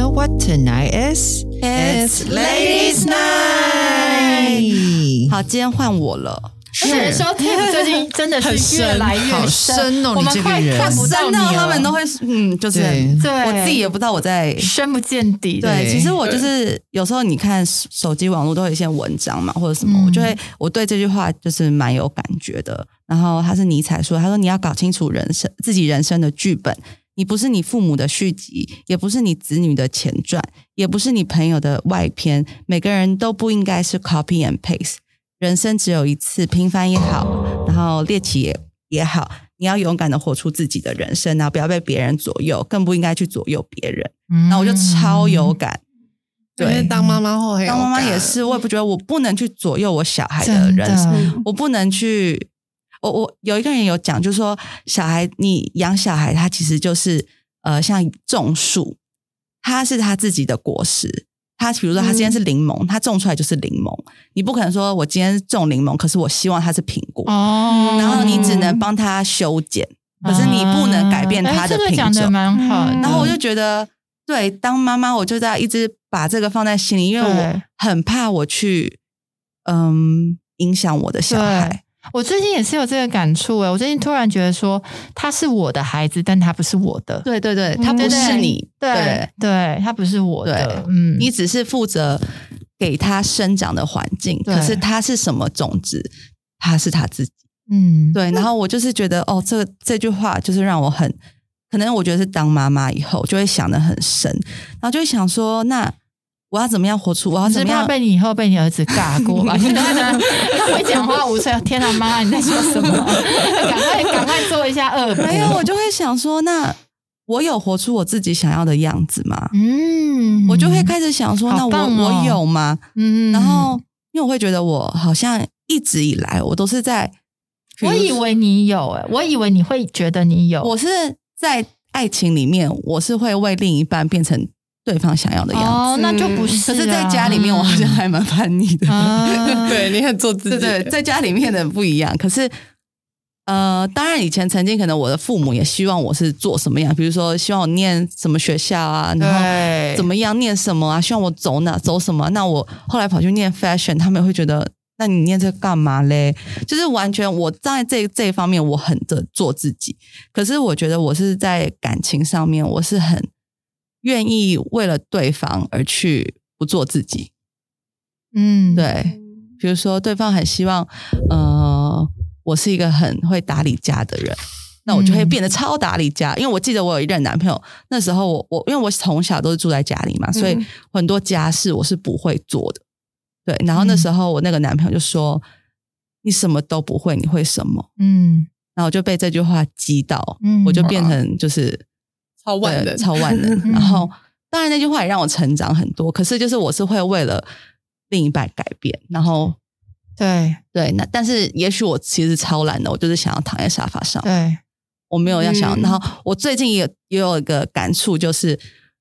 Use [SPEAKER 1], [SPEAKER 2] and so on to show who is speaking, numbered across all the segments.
[SPEAKER 1] Tonight is
[SPEAKER 2] It's Ladies'
[SPEAKER 1] Night。
[SPEAKER 2] 好，今天换我了。
[SPEAKER 3] 而且说 Tip 最近真的
[SPEAKER 1] 很
[SPEAKER 3] 是越
[SPEAKER 1] 深，
[SPEAKER 3] 来
[SPEAKER 1] 好
[SPEAKER 3] 越
[SPEAKER 1] 深哦！
[SPEAKER 3] 我
[SPEAKER 1] 你
[SPEAKER 3] 们
[SPEAKER 1] 这个
[SPEAKER 3] 快
[SPEAKER 1] 人
[SPEAKER 3] 看，不到
[SPEAKER 2] 真
[SPEAKER 3] 你
[SPEAKER 2] 的，他们都
[SPEAKER 3] 了，
[SPEAKER 2] 会嗯，就是
[SPEAKER 1] 对
[SPEAKER 3] 对
[SPEAKER 2] 我自己也不知道我在。
[SPEAKER 3] 深不见底。
[SPEAKER 2] 对，
[SPEAKER 1] 对
[SPEAKER 2] 其实我就是有时候你看手机网络都有一些文章嘛，或者什么，我就会嗯我对这句话就是蛮有感觉的。然后他是尼采说，他说你要搞清楚人生自己人生的剧本，你不是你父母的续集，也不是你子女的前传，也不是你朋友的外篇，每个人都不应该是 copy and paste。人生只有一次，平凡也好，然后猎奇也也好，你要勇敢的活出自己的人生，然后不要被别人左右，更不应该去左右别人。
[SPEAKER 1] 嗯
[SPEAKER 2] 那我就超有感。
[SPEAKER 4] 因为
[SPEAKER 2] 对，
[SPEAKER 4] 当妈妈后很有
[SPEAKER 2] 当妈妈
[SPEAKER 4] 感
[SPEAKER 2] 也，是，我也不觉得我不能去左右我小孩的
[SPEAKER 1] 真
[SPEAKER 2] 人生，
[SPEAKER 1] 的，
[SPEAKER 2] 我不能去。我我有一个人有讲，就是说小孩，你养小孩，他其实就是呃，像种树，他是他自己的果实。他比如说，他今天是柠檬，他种出来就是柠檬。你不可能说我今天种柠檬，可是我希望它是苹果，
[SPEAKER 3] 哦
[SPEAKER 2] 然后你只能帮他修剪，可是你不能改变它
[SPEAKER 3] 哎
[SPEAKER 2] 的
[SPEAKER 3] 这
[SPEAKER 2] 品
[SPEAKER 3] 个
[SPEAKER 2] 种。
[SPEAKER 3] 讲的蛮好的。
[SPEAKER 4] 嗯
[SPEAKER 2] 然后我就觉得，对，当妈妈我就在一直把这个放在心里，因为我
[SPEAKER 3] 对
[SPEAKER 2] 很怕我去嗯影响我的小孩。
[SPEAKER 3] 我最近也是有这个感触欸诶，我最近突然觉得说他是我的孩子，但他不是我的。
[SPEAKER 2] 对对对，
[SPEAKER 3] 嗯
[SPEAKER 2] 他不是
[SPEAKER 3] 对
[SPEAKER 2] 你，
[SPEAKER 3] 对对，他不是我的。嗯，
[SPEAKER 2] 你只是负责给他生长的环境，
[SPEAKER 3] 对
[SPEAKER 2] 可是他是什么种子，他是他自己。
[SPEAKER 3] 嗯
[SPEAKER 2] 对，然后我就是觉得，哦，这个这句话就是让我很，可能我觉得是当妈妈以后就会想的很深，然后就会想说，那我要怎么样活出，我要
[SPEAKER 3] 我
[SPEAKER 2] 哦怎
[SPEAKER 3] 是
[SPEAKER 2] 么样
[SPEAKER 3] 怕被你以后被你儿子尬过 吧？他会讲话无声，天啊，妈，你在说 什么？赶快赶快做一下恶补。
[SPEAKER 2] 没有，哎我就会想说，那我有活出我自己想要的样子吗？
[SPEAKER 3] 嗯，
[SPEAKER 2] 我就会开始想说，那
[SPEAKER 3] 好
[SPEAKER 2] 我、
[SPEAKER 3] 棒哦
[SPEAKER 2] 我有吗？
[SPEAKER 3] 嗯，
[SPEAKER 2] 然后，因为我会觉得我好像一直以来我都是在，比如
[SPEAKER 3] 我以为你有诶，我以为你会觉得你有，
[SPEAKER 2] 我是在爱情里面，我是会为另一半变成对方想要的样子，
[SPEAKER 3] 哦，那就不是
[SPEAKER 2] 嗯可
[SPEAKER 3] 啊。
[SPEAKER 2] 是在家里面，我好像还蛮叛逆的。
[SPEAKER 3] 啊，
[SPEAKER 4] 对你很做自己，
[SPEAKER 2] 对嗯对，在家里面的不一样。可是，呃，当然以前曾经可能我的父母也希望我是做什么样，比如说希望我念什么学校啊，然后
[SPEAKER 3] 对
[SPEAKER 2] 怎么样念什么啊，希望我走哪走什么啊、那我后来跑去念 fashion，他们也会觉得。那你念这干嘛嘞？就是完全我在这这一方面我很的做自己，可是我觉得我是在感情上面，我是很愿意为了对方而去不做自己。
[SPEAKER 3] 嗯，
[SPEAKER 2] 对，比如说对方很希望，呃，我是一个很会打理家的人，那我就会
[SPEAKER 3] 嗯
[SPEAKER 2] 变得超打理家。因为我记得我有一任男朋友，那时候我我因为我从小都是住在家里嘛，所以
[SPEAKER 4] 嗯
[SPEAKER 2] 很多家事我是不会做的。对，然后那
[SPEAKER 3] 嗯
[SPEAKER 2] 时候我那个男朋友就说：“你什么都不会，你会什么
[SPEAKER 3] 嗯？”
[SPEAKER 2] 然后我就被这句话击到，
[SPEAKER 3] 嗯
[SPEAKER 2] 我就变成就是
[SPEAKER 4] 超万
[SPEAKER 2] 对
[SPEAKER 4] 能，
[SPEAKER 2] 超万 能。
[SPEAKER 3] 嗯
[SPEAKER 2] 然后当然那句话也让我成长很多，可是就是我是会为了另一半改变，然后
[SPEAKER 3] 对
[SPEAKER 2] 对，那但是也许我其实超懒的，我就是想要躺在沙发上，
[SPEAKER 3] 对，
[SPEAKER 2] 我没有要想。
[SPEAKER 4] 嗯
[SPEAKER 2] 然后我最近也也有一个感触，就是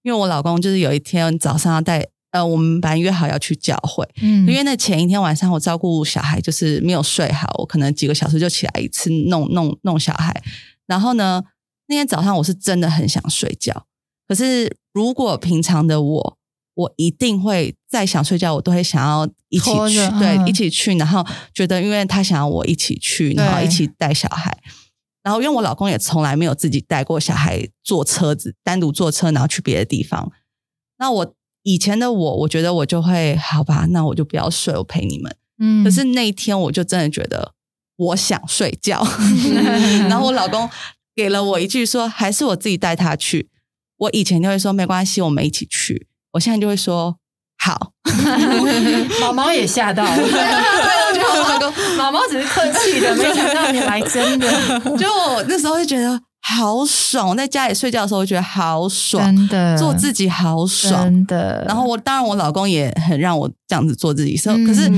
[SPEAKER 2] 因为我老公就是有一天早上要带呃，我们本来约好要去教会，
[SPEAKER 3] 嗯，
[SPEAKER 2] 因为那前一天晚上我照顾小孩，就是没有睡好，我可能几个小时就起来一次弄弄弄小孩。然后呢，那天早上我是真的很想睡觉，可是如果平常的我，我一定会再想睡觉，我都会想要一起
[SPEAKER 3] 拖
[SPEAKER 2] 去，
[SPEAKER 3] 着嗯
[SPEAKER 2] 对，一起去。然后觉得因为他想要我一起去，然后
[SPEAKER 3] 对
[SPEAKER 2] 一起带小孩。然后因为我老公也从来没有自己带过小孩坐车子，单独坐车然后去别的地方。那我以前的我，我觉得我就会好吧，那我就不要睡，我陪你们。
[SPEAKER 3] 嗯，
[SPEAKER 2] 可是那一天我就真的觉得我想睡 觉，然后我老公给了我一句说，还是我自己带他去。我以前就会说没关系，我们一起去。我现在就会说好，
[SPEAKER 3] 毛毛也吓到了，
[SPEAKER 2] 就我老公
[SPEAKER 3] 毛毛只是客气的，没想到你来真的，
[SPEAKER 2] 就我那时候就觉得好爽，我在家里睡觉的时候我觉得好爽，
[SPEAKER 3] 真的
[SPEAKER 2] 做自己好爽。
[SPEAKER 3] 真的。
[SPEAKER 2] 然后我当然我老公也很让我这样子做自己，所以、
[SPEAKER 3] 嗯
[SPEAKER 2] 可是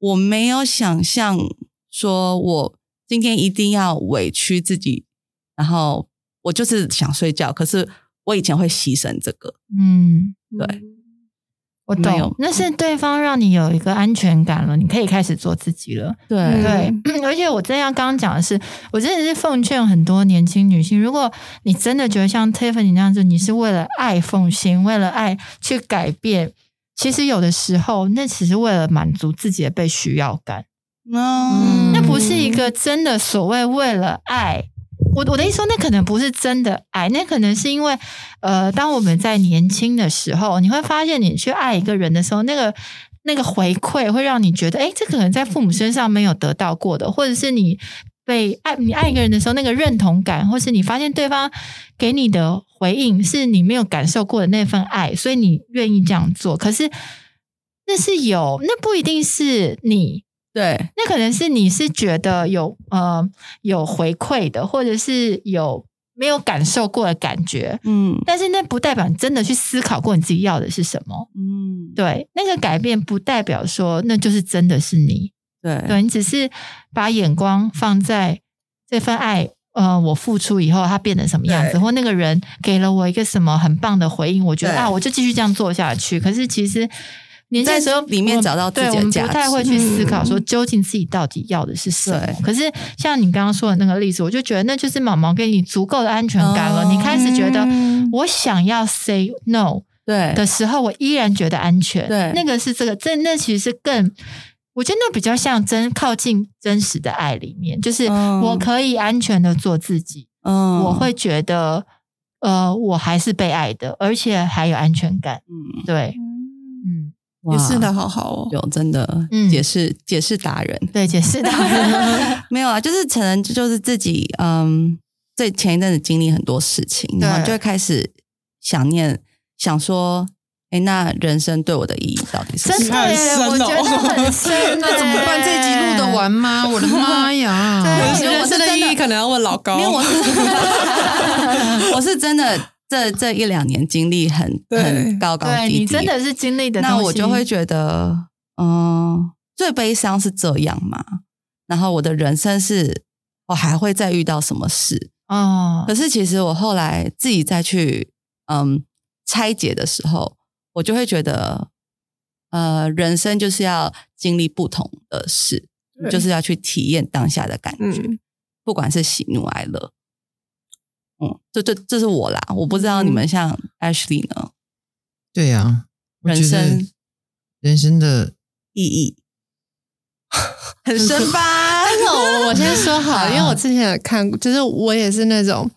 [SPEAKER 2] 我没有想象说我今天一定要委屈自己，然后我就是想睡觉，可是我以前会牺牲这个，
[SPEAKER 3] 嗯，
[SPEAKER 2] 对，
[SPEAKER 3] 我
[SPEAKER 2] 没有
[SPEAKER 3] 懂，那是对方让你有一个安全感了，你可以开始做自己了。
[SPEAKER 2] 对，
[SPEAKER 4] 嗯
[SPEAKER 3] 对， 而且我真的要刚刚讲的是，我真的是奉劝很多年轻女性，如果你真的觉得像 Tiffany 那样子，你是为了爱奉献，为了爱去改变，其实有的时候那只是为了满足自己的被需要感，
[SPEAKER 2] 嗯，
[SPEAKER 3] 那不是一个真的所谓为了爱。我我的意思说，那可能不是真的爱，那可能是因为，呃，当我们在年轻的时候，你会发现，你去爱一个人的时候，那个那个回馈会让你觉得，哎，这可能在父母身上没有得到过的，或者是你被爱，你爱一个人的时候，那个认同感，或是你发现对方给你的回应是你没有感受过的那份爱，所以你愿意这样做。可是那是有，那不一定是你
[SPEAKER 2] 对，
[SPEAKER 3] 那可能是你是觉得有呃有回馈的，或者是有没有感受过的感觉，
[SPEAKER 2] 嗯
[SPEAKER 3] 但是那不代表你真的去思考过你自己要的是什么。
[SPEAKER 2] 嗯，
[SPEAKER 3] 对，那个改变不代表说那就是真的是你，
[SPEAKER 2] 对
[SPEAKER 3] 对你只是把眼光放在这份爱。呃，我付出以后，它变成什么样子，
[SPEAKER 2] 对
[SPEAKER 3] 或那个人给了我一个什么很棒的回应，我觉得
[SPEAKER 2] 对
[SPEAKER 3] 啊，我就继续这样做下去。可是其实年轻的时候
[SPEAKER 2] 在里面
[SPEAKER 3] 我们
[SPEAKER 2] 找到自己的
[SPEAKER 3] 对我们
[SPEAKER 2] 价值嗯
[SPEAKER 3] 不太会去思考说究竟自己到底要的是什么
[SPEAKER 2] 对。
[SPEAKER 3] 可是像你刚刚说的那个例子，我就觉得那就是毛毛给你足够的安全感了，
[SPEAKER 2] 哦
[SPEAKER 3] 你开始觉得
[SPEAKER 4] 嗯
[SPEAKER 3] 我想要 say no，
[SPEAKER 2] 对
[SPEAKER 3] 的时候，我依然觉得安全。
[SPEAKER 2] 对
[SPEAKER 3] 那个是这个，这那其实是更，我觉得那比较像真靠近真实的爱里面，就是
[SPEAKER 2] 嗯
[SPEAKER 3] 我可以安全的做自己，
[SPEAKER 2] 嗯，
[SPEAKER 3] 我会觉得呃，我还是被爱的，而且还有安全感。
[SPEAKER 2] 嗯，
[SPEAKER 3] 对，嗯，
[SPEAKER 2] 哇
[SPEAKER 4] 也是的，好好哦。
[SPEAKER 2] 有真的
[SPEAKER 3] 嗯
[SPEAKER 2] 解释解释达人，
[SPEAKER 3] 对，解释的。
[SPEAKER 2] 没有啊，就是可能就是自己，嗯，最前一阵子经历很多事情，
[SPEAKER 3] 对
[SPEAKER 2] 然后就会开始想念，想说，哎，那人生对我的意义到底是
[SPEAKER 3] 真
[SPEAKER 2] 什么？
[SPEAKER 3] 的耶，我觉得很深。
[SPEAKER 4] 那怎么办？这一集录得？完吗？我的妈呀！
[SPEAKER 3] 对
[SPEAKER 4] 人
[SPEAKER 2] 我是
[SPEAKER 4] 生的
[SPEAKER 2] 真的
[SPEAKER 4] 意义可能要问老高。
[SPEAKER 2] 因为我是我是真的 这这一两年经历很
[SPEAKER 4] 对
[SPEAKER 2] 很高高
[SPEAKER 3] 对
[SPEAKER 2] 低低，
[SPEAKER 3] 你真的是经历的东西，
[SPEAKER 2] 那我就会觉得，嗯、最悲伤是这样嘛，然后我的人生是我还会再遇到什么事？
[SPEAKER 3] 哦
[SPEAKER 2] 可，是其实我后来自己再去嗯拆解的时候，我就会觉得，呃，人生就是要经历不同的事，
[SPEAKER 4] 对
[SPEAKER 2] 就是要去体验当下的感觉，
[SPEAKER 4] 嗯
[SPEAKER 2] 不管是喜怒哀乐。嗯，这这这是我啦，我不知道你
[SPEAKER 3] 嗯
[SPEAKER 2] 们像 Ashley 呢，
[SPEAKER 1] 对呀、我
[SPEAKER 2] 人
[SPEAKER 1] 觉得
[SPEAKER 2] 生
[SPEAKER 1] 人生的
[SPEAKER 2] 意义 很深 吧？
[SPEAKER 4] 我我先说好，因为我之前也看过，就是我也是那种，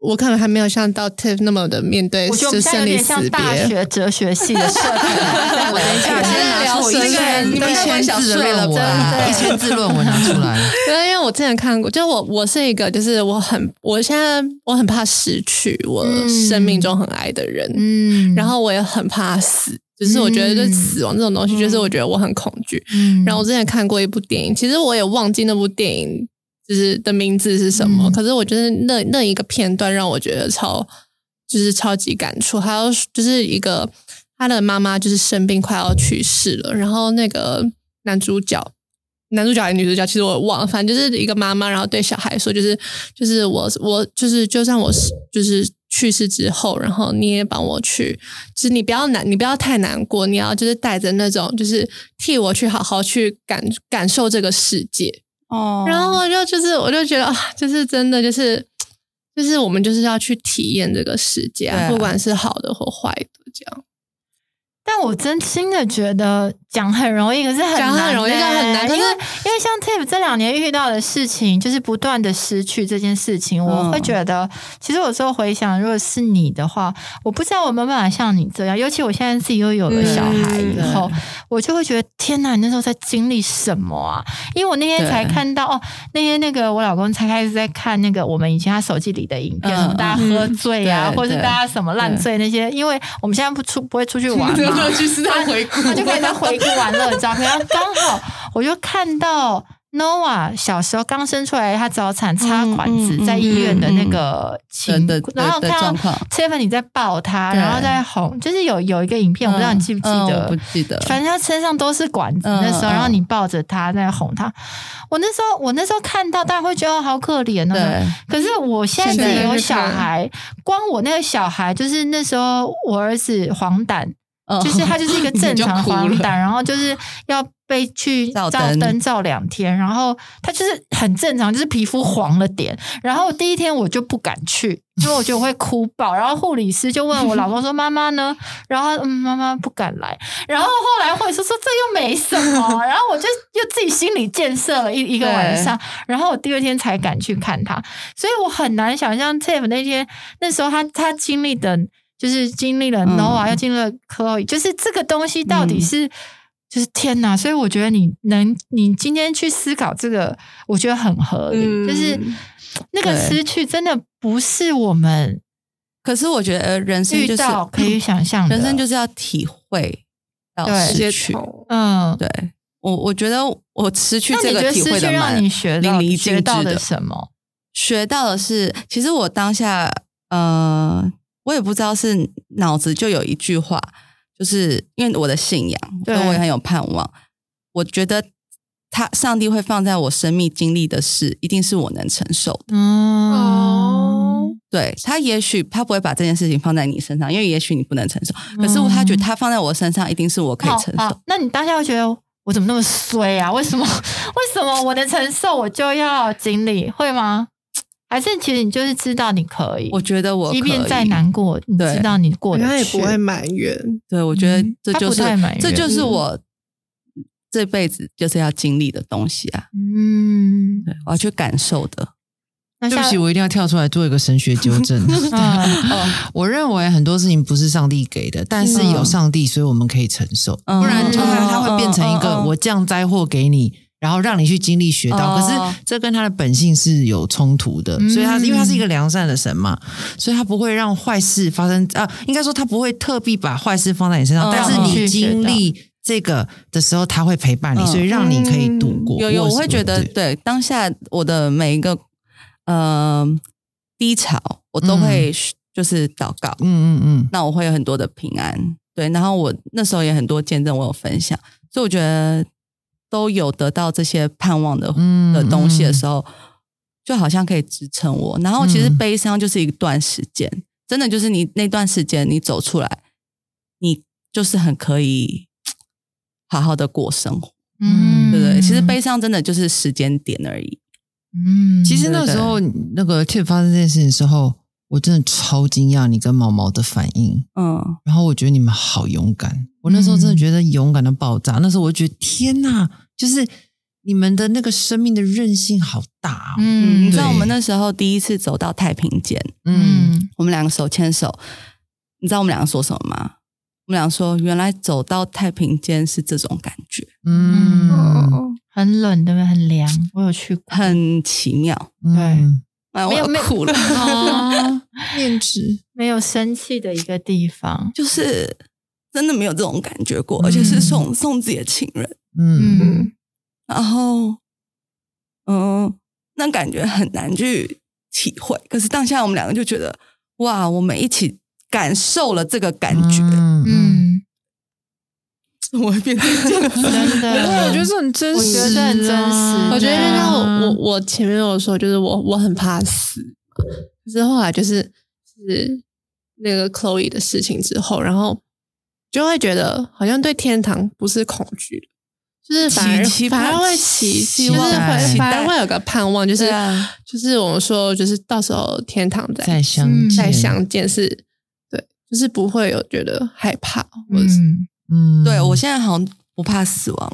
[SPEAKER 4] 我可能还没有像到 Tiff 那么的面对，
[SPEAKER 3] 我觉得我们
[SPEAKER 4] 就
[SPEAKER 3] 现在
[SPEAKER 4] 生
[SPEAKER 3] 有
[SPEAKER 4] 离
[SPEAKER 3] 点像
[SPEAKER 4] 死
[SPEAKER 3] 大
[SPEAKER 4] 别。
[SPEAKER 3] 学哲学系的社 团，我等一下先拿出一
[SPEAKER 4] 对
[SPEAKER 3] 个
[SPEAKER 4] 你
[SPEAKER 1] 一
[SPEAKER 4] 们
[SPEAKER 3] 对
[SPEAKER 4] 太
[SPEAKER 1] 千
[SPEAKER 2] 想
[SPEAKER 1] 字
[SPEAKER 2] 睡了
[SPEAKER 1] 论文
[SPEAKER 3] 真
[SPEAKER 1] 啊，
[SPEAKER 3] 的
[SPEAKER 1] 一千字论文拿出来，
[SPEAKER 4] 对，因为我之前看过，就是我我是一个，就是我很，我现在我很怕失去我
[SPEAKER 3] 嗯
[SPEAKER 4] 生命中很爱的人，
[SPEAKER 3] 嗯
[SPEAKER 4] 然后我也很怕死，就是我觉得对死亡这种东西，就是我觉得我很恐惧。
[SPEAKER 3] 嗯
[SPEAKER 4] 然后我之前看过一部电影，其实我也忘记那部电影就是的名字是什么，
[SPEAKER 3] 嗯
[SPEAKER 4] 可是我觉得那那一个片段让我觉得超就是超级感触。还有就是一个他的妈妈就是生病快要去世了，然后那个男主角。男主角还是女主角，其实我忘了，反正就是一个妈妈，然后对小孩说，就是就是我我就是就算我是就是去世之后，然后你也帮我去，就是你不要难，你不要太难过，你要就是带着那种就是替我去好好去感感受这个世界。
[SPEAKER 2] 哦
[SPEAKER 4] 然后我就就是我就觉得啊，就是真的就是就是我们就是要去体验这个世
[SPEAKER 2] 对
[SPEAKER 4] 界、啊，
[SPEAKER 2] 啊
[SPEAKER 4] 不管是好的或坏的，这样。
[SPEAKER 3] 但我真心的觉得讲很容易，可是很
[SPEAKER 4] 讲很容易
[SPEAKER 3] 欸
[SPEAKER 4] 但很难可
[SPEAKER 3] 因
[SPEAKER 4] 是
[SPEAKER 3] 为因为像 Tip 这两年遇到的事情，就是不断的失去这件事情，我
[SPEAKER 2] 嗯
[SPEAKER 3] 会觉得，其实有时候回想，如果是你的话，我不知道我有没有办法像你这样，尤其我现在自己又有了小孩以
[SPEAKER 2] 嗯
[SPEAKER 3] 后，我就会觉得天哪，你那时候在经历什么啊？因为我那天
[SPEAKER 2] 对
[SPEAKER 3] 才看到哦，那天那个我老公才开始在看那个我们以前他手机里的影片，
[SPEAKER 2] 嗯
[SPEAKER 3] 什么大家 喝醉啊，
[SPEAKER 2] 嗯
[SPEAKER 3] 或者是
[SPEAKER 2] 对
[SPEAKER 3] 大家什么烂醉那些，因为我们现在不出不会出去玩嘛，
[SPEAKER 1] 啊
[SPEAKER 4] 去是 在回顾
[SPEAKER 3] 他就可以再回顾玩乐的照片。然后刚好我就看到 Nova 小时候刚生出来，他早产插管
[SPEAKER 2] 嗯
[SPEAKER 3] 子，
[SPEAKER 2] 嗯
[SPEAKER 3] 在医院的那个情，
[SPEAKER 2] 的的
[SPEAKER 3] 然后
[SPEAKER 2] 的
[SPEAKER 3] 看
[SPEAKER 2] 状
[SPEAKER 3] 到
[SPEAKER 2] 况
[SPEAKER 3] Tiffany 在抱他，
[SPEAKER 2] 对
[SPEAKER 3] 然后在哄，就是有有一个影片，我不知道你记不记
[SPEAKER 2] 嗯嗯
[SPEAKER 3] 得，
[SPEAKER 2] 我不记得，
[SPEAKER 3] 反正他身上都是管子，
[SPEAKER 2] 嗯
[SPEAKER 3] 那时候，
[SPEAKER 2] 嗯
[SPEAKER 3] 然后你抱着他在哄他。我那时候，我那时候看到，大家会觉得好可怜哦。
[SPEAKER 2] 对，
[SPEAKER 3] 可是我现在自
[SPEAKER 4] 现
[SPEAKER 3] 己
[SPEAKER 4] 在
[SPEAKER 3] 有
[SPEAKER 4] 就是
[SPEAKER 3] 小孩，光我那个小孩，就是那时候我儿子黄疸，
[SPEAKER 2] 嗯
[SPEAKER 3] 就是它就是一个正
[SPEAKER 4] 你就
[SPEAKER 3] 常的
[SPEAKER 4] 哭
[SPEAKER 3] 华
[SPEAKER 4] 了
[SPEAKER 3] 灯蛋，然后就是要被去
[SPEAKER 2] 照
[SPEAKER 3] 照
[SPEAKER 2] 灯
[SPEAKER 3] 灯照两天，然后它就是很正常，就是皮肤黄了点。然后第一天我就不敢去，因为我觉得我会哭爆。然后护理师就问我老公说：“妈妈呢？”然后嗯，妈妈不敢来。然后后来护理师说：“这又没什么。”然后我就又自己心理建设了一一个晚上，然后我第二天才敢去看他。所以我很难想象 Tiff 那天那时候他他经历的，就是经历了
[SPEAKER 2] 嗯
[SPEAKER 3] Nova，、又经历了 Chloe，就是这个东西到底是、就是天哪！所以我觉得你能你今天去思考这个，我觉得很合理，
[SPEAKER 4] 嗯
[SPEAKER 3] 就是那个
[SPEAKER 2] 对
[SPEAKER 3] 失去真的不是我们
[SPEAKER 2] 可是我觉得人生
[SPEAKER 3] 遇
[SPEAKER 2] 就是嗯
[SPEAKER 3] 到可以想象的，
[SPEAKER 2] 人生就是要体会到
[SPEAKER 3] 嗯啊对
[SPEAKER 2] 失去。
[SPEAKER 1] 哦
[SPEAKER 3] 嗯。
[SPEAKER 2] 对我，我觉得我失去
[SPEAKER 3] 那
[SPEAKER 2] 这
[SPEAKER 3] 你觉
[SPEAKER 2] 个
[SPEAKER 3] 得
[SPEAKER 2] 体
[SPEAKER 3] 失
[SPEAKER 2] 会
[SPEAKER 3] 去
[SPEAKER 2] 的
[SPEAKER 3] 让
[SPEAKER 2] 蛮
[SPEAKER 3] 你学到
[SPEAKER 2] 淋漓尽
[SPEAKER 3] 学
[SPEAKER 2] 致
[SPEAKER 3] 到
[SPEAKER 2] 的
[SPEAKER 3] 的什么？
[SPEAKER 2] 学到的是，其实我当下呃，我也不知道是脑子就有一句话，就是因为我的信仰，所
[SPEAKER 3] 对
[SPEAKER 2] 以我也很有盼望。我觉得他上帝会放在我生命经历的事，一定是我能承受的。
[SPEAKER 3] 嗯，
[SPEAKER 2] 对他，也许他不会把这件事情放在你身上，因为也许你不能承受。可是
[SPEAKER 3] 嗯
[SPEAKER 2] 他觉得他放在我身上，一定是我可以
[SPEAKER 3] 好
[SPEAKER 2] 承
[SPEAKER 3] 好，
[SPEAKER 2] 受。
[SPEAKER 3] 那你当下会觉得我怎么那么衰啊？为什么？ 为什么我能承受，我就要经历，会吗？还是其实你就是知道你可以，
[SPEAKER 2] 我觉得我
[SPEAKER 3] 即便
[SPEAKER 2] 可
[SPEAKER 3] 再
[SPEAKER 2] 以
[SPEAKER 3] 难过，你
[SPEAKER 2] 对
[SPEAKER 3] 知道你过
[SPEAKER 4] 他
[SPEAKER 3] 得
[SPEAKER 4] 也
[SPEAKER 3] 去
[SPEAKER 4] 不。会埋怨，
[SPEAKER 2] 对，我觉得
[SPEAKER 3] 嗯
[SPEAKER 2] 这
[SPEAKER 3] 他
[SPEAKER 2] 就
[SPEAKER 3] 不
[SPEAKER 2] 是
[SPEAKER 3] 太埋
[SPEAKER 2] 这
[SPEAKER 3] 怨
[SPEAKER 2] 就是
[SPEAKER 4] 嗯
[SPEAKER 2] 我这辈子就是要经历的东西啊！
[SPEAKER 3] 嗯，
[SPEAKER 2] 对，我要去感受的。
[SPEAKER 3] 那
[SPEAKER 1] 对
[SPEAKER 3] 下
[SPEAKER 1] 不起，我一定要跳出来做一个神学纠正。
[SPEAKER 3] 嗯
[SPEAKER 1] 我认为很多事情不是上帝给的，但是有上帝，所以我们可以承受。
[SPEAKER 2] 嗯
[SPEAKER 1] 不然就会
[SPEAKER 2] 嗯
[SPEAKER 1] 它会变成一个
[SPEAKER 2] 嗯嗯
[SPEAKER 1] 我降灾祸给你，然后让你去经历学到。可
[SPEAKER 2] 哦
[SPEAKER 1] 是这跟他的本性是有冲突的，
[SPEAKER 3] 嗯
[SPEAKER 1] 所以他因为他是一个良善的神嘛，所以他不会让坏事发生啊，应该说他不会特地把坏事放在你身上，
[SPEAKER 2] 嗯
[SPEAKER 1] 但是你经
[SPEAKER 3] 嗯
[SPEAKER 1] 历这个的时候，他会陪伴你，
[SPEAKER 2] 嗯
[SPEAKER 1] 所以让你可以度过。
[SPEAKER 2] 有有，我会觉得
[SPEAKER 1] 对
[SPEAKER 2] 对当下我的每一个呃低潮，我都
[SPEAKER 1] 嗯
[SPEAKER 2] 会就是祷告，
[SPEAKER 1] 嗯嗯嗯，
[SPEAKER 2] 那我会有很多的平安。对，然后我那时候也很多见证，我有分享，所以我觉得都有得到这些盼望的
[SPEAKER 1] 嗯
[SPEAKER 2] 的东西的时候，就好像可以支撑我。然后其实悲伤就是一段时间，真的就是你那段时间你走出来，你就是很可以好好的过生活，
[SPEAKER 1] 嗯
[SPEAKER 2] 对不对？其实，悲伤真的就是时间点而已。
[SPEAKER 3] 嗯，
[SPEAKER 1] 其实那时候那个 Tip 发生这件事情的时候，我真的超惊讶你跟毛毛的反应。
[SPEAKER 2] 嗯，
[SPEAKER 1] 然后我觉得你们好勇敢，我那时候真的
[SPEAKER 3] 嗯
[SPEAKER 1] 觉得勇敢到爆炸。那时候我就觉得天哪，就是你们的那个生命的韧性好大、哦。
[SPEAKER 2] 你
[SPEAKER 3] 嗯
[SPEAKER 2] 知道
[SPEAKER 1] 对
[SPEAKER 2] 我们那时候第一次走到太平间，
[SPEAKER 1] 嗯，
[SPEAKER 3] 嗯，
[SPEAKER 2] 我们两个手牵手，你知道我们两个说什么吗？我们俩说，原来走到太平间是这种感觉，
[SPEAKER 1] 嗯
[SPEAKER 4] 哦，
[SPEAKER 3] 很冷，对不对？很凉，我有去过，
[SPEAKER 2] 很奇妙。
[SPEAKER 1] 嗯，
[SPEAKER 2] 啊，我
[SPEAKER 3] 没有
[SPEAKER 2] 要
[SPEAKER 3] 没有
[SPEAKER 2] 哭了，
[SPEAKER 4] 哦，面值，
[SPEAKER 3] 没有生气的一个地方。
[SPEAKER 2] 就是真的没有这种感觉过，
[SPEAKER 1] 嗯
[SPEAKER 2] 而且是送送自己的情人，
[SPEAKER 1] 嗯
[SPEAKER 3] 嗯
[SPEAKER 2] 然后，嗯、那感觉很难去体会。可是当下我们两个就觉得，哇，我们一起感受了这个感觉，
[SPEAKER 1] 嗯，
[SPEAKER 3] 嗯，
[SPEAKER 2] 我会变成这样 子。
[SPEAKER 3] 真的，
[SPEAKER 1] 我觉得这很真
[SPEAKER 3] 我
[SPEAKER 1] 实、
[SPEAKER 3] 觉
[SPEAKER 1] 啊，
[SPEAKER 3] 得很真实
[SPEAKER 4] 我
[SPEAKER 3] 对
[SPEAKER 4] 觉得就
[SPEAKER 3] 啊
[SPEAKER 4] 像
[SPEAKER 2] 嗯
[SPEAKER 4] 我我我前面有说，就是我我很怕死，可是后来就是就是那个 Chloe 的事情之后，然后就会觉得好像对天堂不是恐惧的，就是反而
[SPEAKER 2] 期期盼
[SPEAKER 4] 反而会期
[SPEAKER 1] 期
[SPEAKER 4] 就是
[SPEAKER 1] 望
[SPEAKER 4] 会
[SPEAKER 1] 期
[SPEAKER 4] 反而
[SPEAKER 2] 待
[SPEAKER 4] 会有个盼望，就是、
[SPEAKER 2] 对啊
[SPEAKER 4] 就是我们说就是到时候天堂再
[SPEAKER 1] 再相
[SPEAKER 3] 嗯
[SPEAKER 1] 见
[SPEAKER 4] 再，相见是对，就是不会有觉得害怕或者是。
[SPEAKER 3] 嗯，
[SPEAKER 1] 嗯，
[SPEAKER 2] 对我现在好像不怕死亡、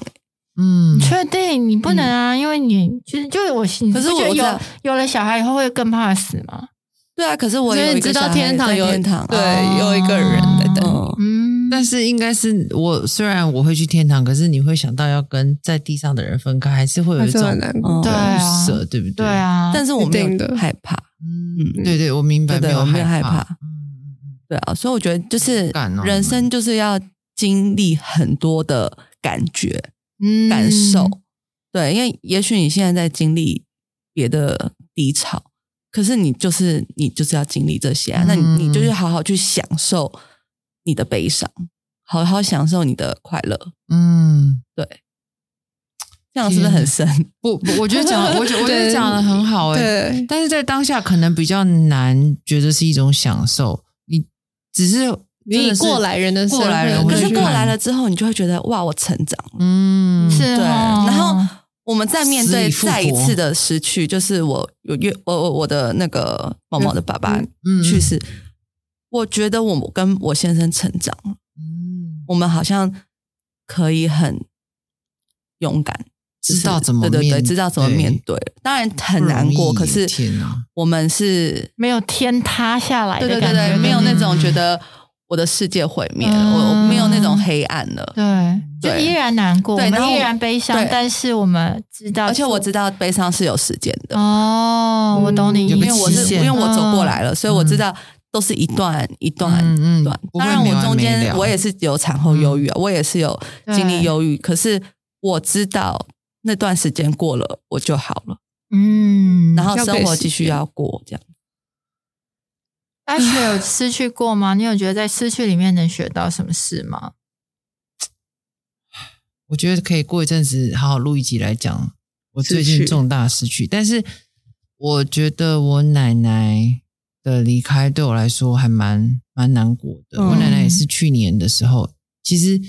[SPEAKER 1] 嗯
[SPEAKER 3] 确定你不能啊，因为你就是就是我，你
[SPEAKER 2] 嗯可是
[SPEAKER 3] 不觉得
[SPEAKER 2] 我知道
[SPEAKER 3] 有有了小孩以后会更怕死吗？
[SPEAKER 2] 对啊，可是我
[SPEAKER 4] 因为
[SPEAKER 2] 有
[SPEAKER 4] 你
[SPEAKER 2] 一个
[SPEAKER 4] 知道
[SPEAKER 2] 小孩
[SPEAKER 4] 天堂
[SPEAKER 2] 在
[SPEAKER 4] 有
[SPEAKER 2] 天堂，
[SPEAKER 4] 对有一个人在等你，
[SPEAKER 2] 嗯
[SPEAKER 3] 嗯，
[SPEAKER 1] 但是应该是我，虽然我会去天堂，可是你会想到要跟在地上的人分开，还是会有一种
[SPEAKER 4] 还是很难过
[SPEAKER 2] 哦
[SPEAKER 1] 嗯
[SPEAKER 3] 对啊
[SPEAKER 1] 不舍，对不对？
[SPEAKER 3] 对，啊，
[SPEAKER 2] 但是我
[SPEAKER 4] 一
[SPEAKER 2] 没
[SPEAKER 4] 定
[SPEAKER 2] 有
[SPEAKER 4] 的
[SPEAKER 2] 害怕，
[SPEAKER 1] 嗯，对对，我明白，
[SPEAKER 2] 对对
[SPEAKER 1] 有
[SPEAKER 2] 我没有害
[SPEAKER 1] 怕
[SPEAKER 2] 怕，
[SPEAKER 1] 嗯嗯
[SPEAKER 2] 对啊，所以我觉得就是
[SPEAKER 1] 勇敢哦
[SPEAKER 2] 人生
[SPEAKER 4] 嗯
[SPEAKER 2] 就是要经历很多的感觉、
[SPEAKER 3] 嗯
[SPEAKER 2] 感受，对，因为也许你现在在经历别的低潮，可是你就是你就是要经历这些、啊，那你
[SPEAKER 1] 嗯
[SPEAKER 2] 你就是好好去享受你的悲伤，好好享受你的快乐，
[SPEAKER 1] 嗯嗯，
[SPEAKER 2] 这样是不是很深？
[SPEAKER 1] 不，不我觉得讲，我觉得我觉得讲的很好哎、
[SPEAKER 4] 对，
[SPEAKER 1] 但是在当下可能比较难，觉得是一种享受，你只是
[SPEAKER 4] 你以
[SPEAKER 1] 真的是
[SPEAKER 4] 过来人的身份
[SPEAKER 1] 过来人
[SPEAKER 2] 可
[SPEAKER 1] 我
[SPEAKER 2] 是
[SPEAKER 1] 就
[SPEAKER 2] 过
[SPEAKER 1] 觉得
[SPEAKER 2] 来了之后，你就会觉得哇，我成长了。
[SPEAKER 1] 嗯，
[SPEAKER 3] 是
[SPEAKER 2] 对，
[SPEAKER 3] 哦
[SPEAKER 2] 然后我们再面
[SPEAKER 1] 死
[SPEAKER 2] 对
[SPEAKER 1] 里复活
[SPEAKER 2] 再一次的失去，就是我有岳我我我的那个毛毛的爸爸
[SPEAKER 1] 嗯
[SPEAKER 2] 去世，我觉得我跟我先生成长了，
[SPEAKER 1] 嗯，
[SPEAKER 2] 我们好像可以很勇敢，就是
[SPEAKER 1] 知道怎么
[SPEAKER 2] 对对对，
[SPEAKER 1] 面
[SPEAKER 2] 知道怎么
[SPEAKER 1] 对
[SPEAKER 2] 面对了。当然很
[SPEAKER 1] 不容
[SPEAKER 2] 难过，
[SPEAKER 1] 易
[SPEAKER 2] 可是
[SPEAKER 1] 天啊哪
[SPEAKER 2] 我们是
[SPEAKER 3] 没有天塌下来
[SPEAKER 2] 对
[SPEAKER 3] 的
[SPEAKER 2] 对
[SPEAKER 3] 感
[SPEAKER 2] 对
[SPEAKER 3] 觉，
[SPEAKER 2] 对，没有那种
[SPEAKER 1] 嗯
[SPEAKER 2] 觉得我的世界毁灭了，我我没有那种黑暗了。
[SPEAKER 3] 对，就
[SPEAKER 2] 对
[SPEAKER 3] 依然难过，
[SPEAKER 2] 对
[SPEAKER 3] 我
[SPEAKER 2] 然
[SPEAKER 3] 们
[SPEAKER 2] 后
[SPEAKER 3] 依
[SPEAKER 2] 我
[SPEAKER 3] 然悲伤
[SPEAKER 2] 对，
[SPEAKER 3] 但是我们知道，
[SPEAKER 2] 而且我知道悲伤是有时间的，
[SPEAKER 3] 嗯哦，我懂你
[SPEAKER 1] 有
[SPEAKER 2] 因
[SPEAKER 3] 意
[SPEAKER 1] 被
[SPEAKER 2] 为
[SPEAKER 3] 思，
[SPEAKER 2] 我
[SPEAKER 1] 期
[SPEAKER 2] 是
[SPEAKER 1] 限
[SPEAKER 2] 因为我走
[SPEAKER 3] 嗯
[SPEAKER 2] 过来了，所以我知道都是一段一段
[SPEAKER 1] 嗯嗯
[SPEAKER 2] 一段。
[SPEAKER 1] 不会
[SPEAKER 2] 当然，
[SPEAKER 1] 没
[SPEAKER 2] 我
[SPEAKER 1] 完
[SPEAKER 2] 中
[SPEAKER 1] 没
[SPEAKER 2] 间
[SPEAKER 1] 了嗯
[SPEAKER 2] 我也是有产后忧郁啊，我也是有经历忧郁，可是我知道那段时间过了我就好了，
[SPEAKER 3] 嗯，
[SPEAKER 2] 然后
[SPEAKER 4] 要给
[SPEAKER 2] 生活
[SPEAKER 4] 时
[SPEAKER 2] 继续
[SPEAKER 4] 间
[SPEAKER 2] 要过这样。
[SPEAKER 3] Ashley 有失去过吗？你有觉得在失去里面能学到什么事吗？
[SPEAKER 1] 我觉得可以过一阵子好好录一集来讲我最
[SPEAKER 2] 失
[SPEAKER 1] 近
[SPEAKER 2] 去
[SPEAKER 1] 重大失去，但是我觉得我奶奶的离开对我来说还蛮蛮难过的。
[SPEAKER 2] 嗯
[SPEAKER 1] 我奶奶也是去年的时候，其实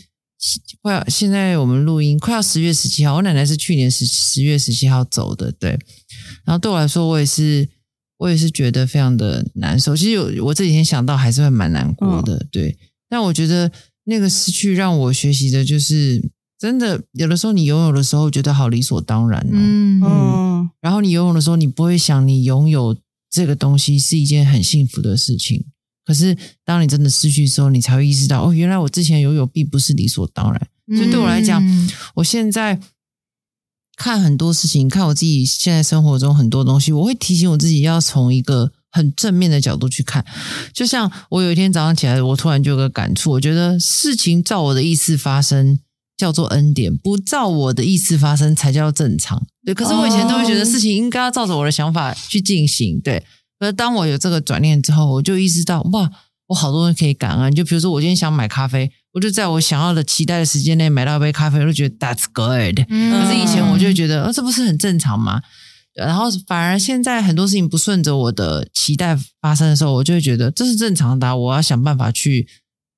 [SPEAKER 1] 快要现在我们录音快要十月十七号，我奶奶是去年十十月十七号走的，对。然后对我来说，我也是我也是觉得非常的难受。其实有我这几天想到还是会蛮难过的，
[SPEAKER 2] 嗯
[SPEAKER 1] 对。但我觉得那个失去让我学习的就是，真的有的时候你拥有的时候觉得好理所当然哦，
[SPEAKER 3] 嗯
[SPEAKER 2] 嗯
[SPEAKER 1] 然后你拥有的时候你不会想你拥有这个东西是一件很幸福的事情。可是当你真的失去之后，你才会意识到哦，原来我之前拥有并不是理所当然。所以对我来讲，
[SPEAKER 3] 嗯
[SPEAKER 1] 我现在看很多事情，看我自己现在生活中很多东西，我会提醒我自己要从一个很正面的角度去看。就像我有一天早上起来，我突然就有个感触，我觉得事情照我的意思发生叫做恩典，不照我的意思发生才叫正常。对，可是我以前都会觉得
[SPEAKER 3] 哦
[SPEAKER 1] 事情应该要照着我的想法去进行。对，可是当我有这个转念之后，我就意识到哇。我好多人可以感恩。就比如说，我今天想买咖啡，我就在我想要的期待的时间内买到一杯咖啡，我就觉得 that's good。
[SPEAKER 3] 嗯
[SPEAKER 1] 可是以前我就觉得，呃，这不是很正常吗？对然后反而现在很多事情不顺着我的期待发生的时候，我就会觉得这是正常的啊、我要想办法去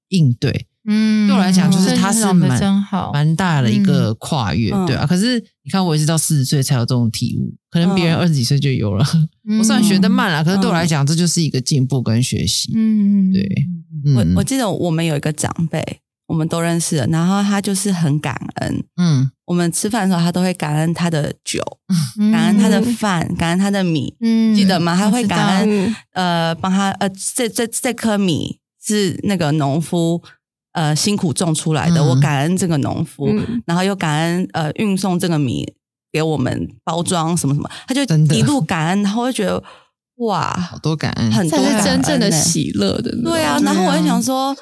[SPEAKER 1] 应对。
[SPEAKER 3] 嗯，
[SPEAKER 1] 对我来讲就是
[SPEAKER 3] 这
[SPEAKER 1] 它是
[SPEAKER 3] 想得
[SPEAKER 1] 蛮
[SPEAKER 3] 真好，
[SPEAKER 1] 蛮大的一个跨越，
[SPEAKER 2] 嗯
[SPEAKER 1] 对啊。可是你看，我也是到四十岁才有这种体悟，可能别人
[SPEAKER 2] 嗯
[SPEAKER 1] 二十几岁就有了。
[SPEAKER 3] 嗯
[SPEAKER 1] 我虽然学得，慢啊了，可是对我
[SPEAKER 2] 嗯
[SPEAKER 1] 来讲，这就是一个进步跟学习。
[SPEAKER 3] 嗯，
[SPEAKER 1] 对
[SPEAKER 2] 我
[SPEAKER 1] 嗯
[SPEAKER 2] 我记得我们有一个长辈，我们都认识的，然后他就是很感恩。
[SPEAKER 1] 嗯
[SPEAKER 2] 我们吃饭的时候，他都会感恩他的酒，
[SPEAKER 3] 嗯
[SPEAKER 2] 感恩他的，饭，感恩他的米，
[SPEAKER 3] 嗯
[SPEAKER 2] 记得吗他会感恩
[SPEAKER 4] 嗯，
[SPEAKER 2] 呃，帮他呃，这这这颗米是那个农夫呃辛苦种出来的，
[SPEAKER 1] 嗯
[SPEAKER 2] 我感恩这个农夫，
[SPEAKER 4] 嗯
[SPEAKER 2] 然后又感恩呃运送这个米给我们包装什么什么，他就
[SPEAKER 1] 真的嗯
[SPEAKER 2] 一路感恩，然后我就觉得
[SPEAKER 1] 好
[SPEAKER 2] 哇，
[SPEAKER 1] 多感恩，
[SPEAKER 2] 很
[SPEAKER 4] 才
[SPEAKER 2] 多
[SPEAKER 4] 是
[SPEAKER 2] 感
[SPEAKER 4] 真正的
[SPEAKER 2] 恩欸
[SPEAKER 4] 喜乐的那种。
[SPEAKER 2] 对啊，
[SPEAKER 3] 对啊
[SPEAKER 2] 然后我就想说，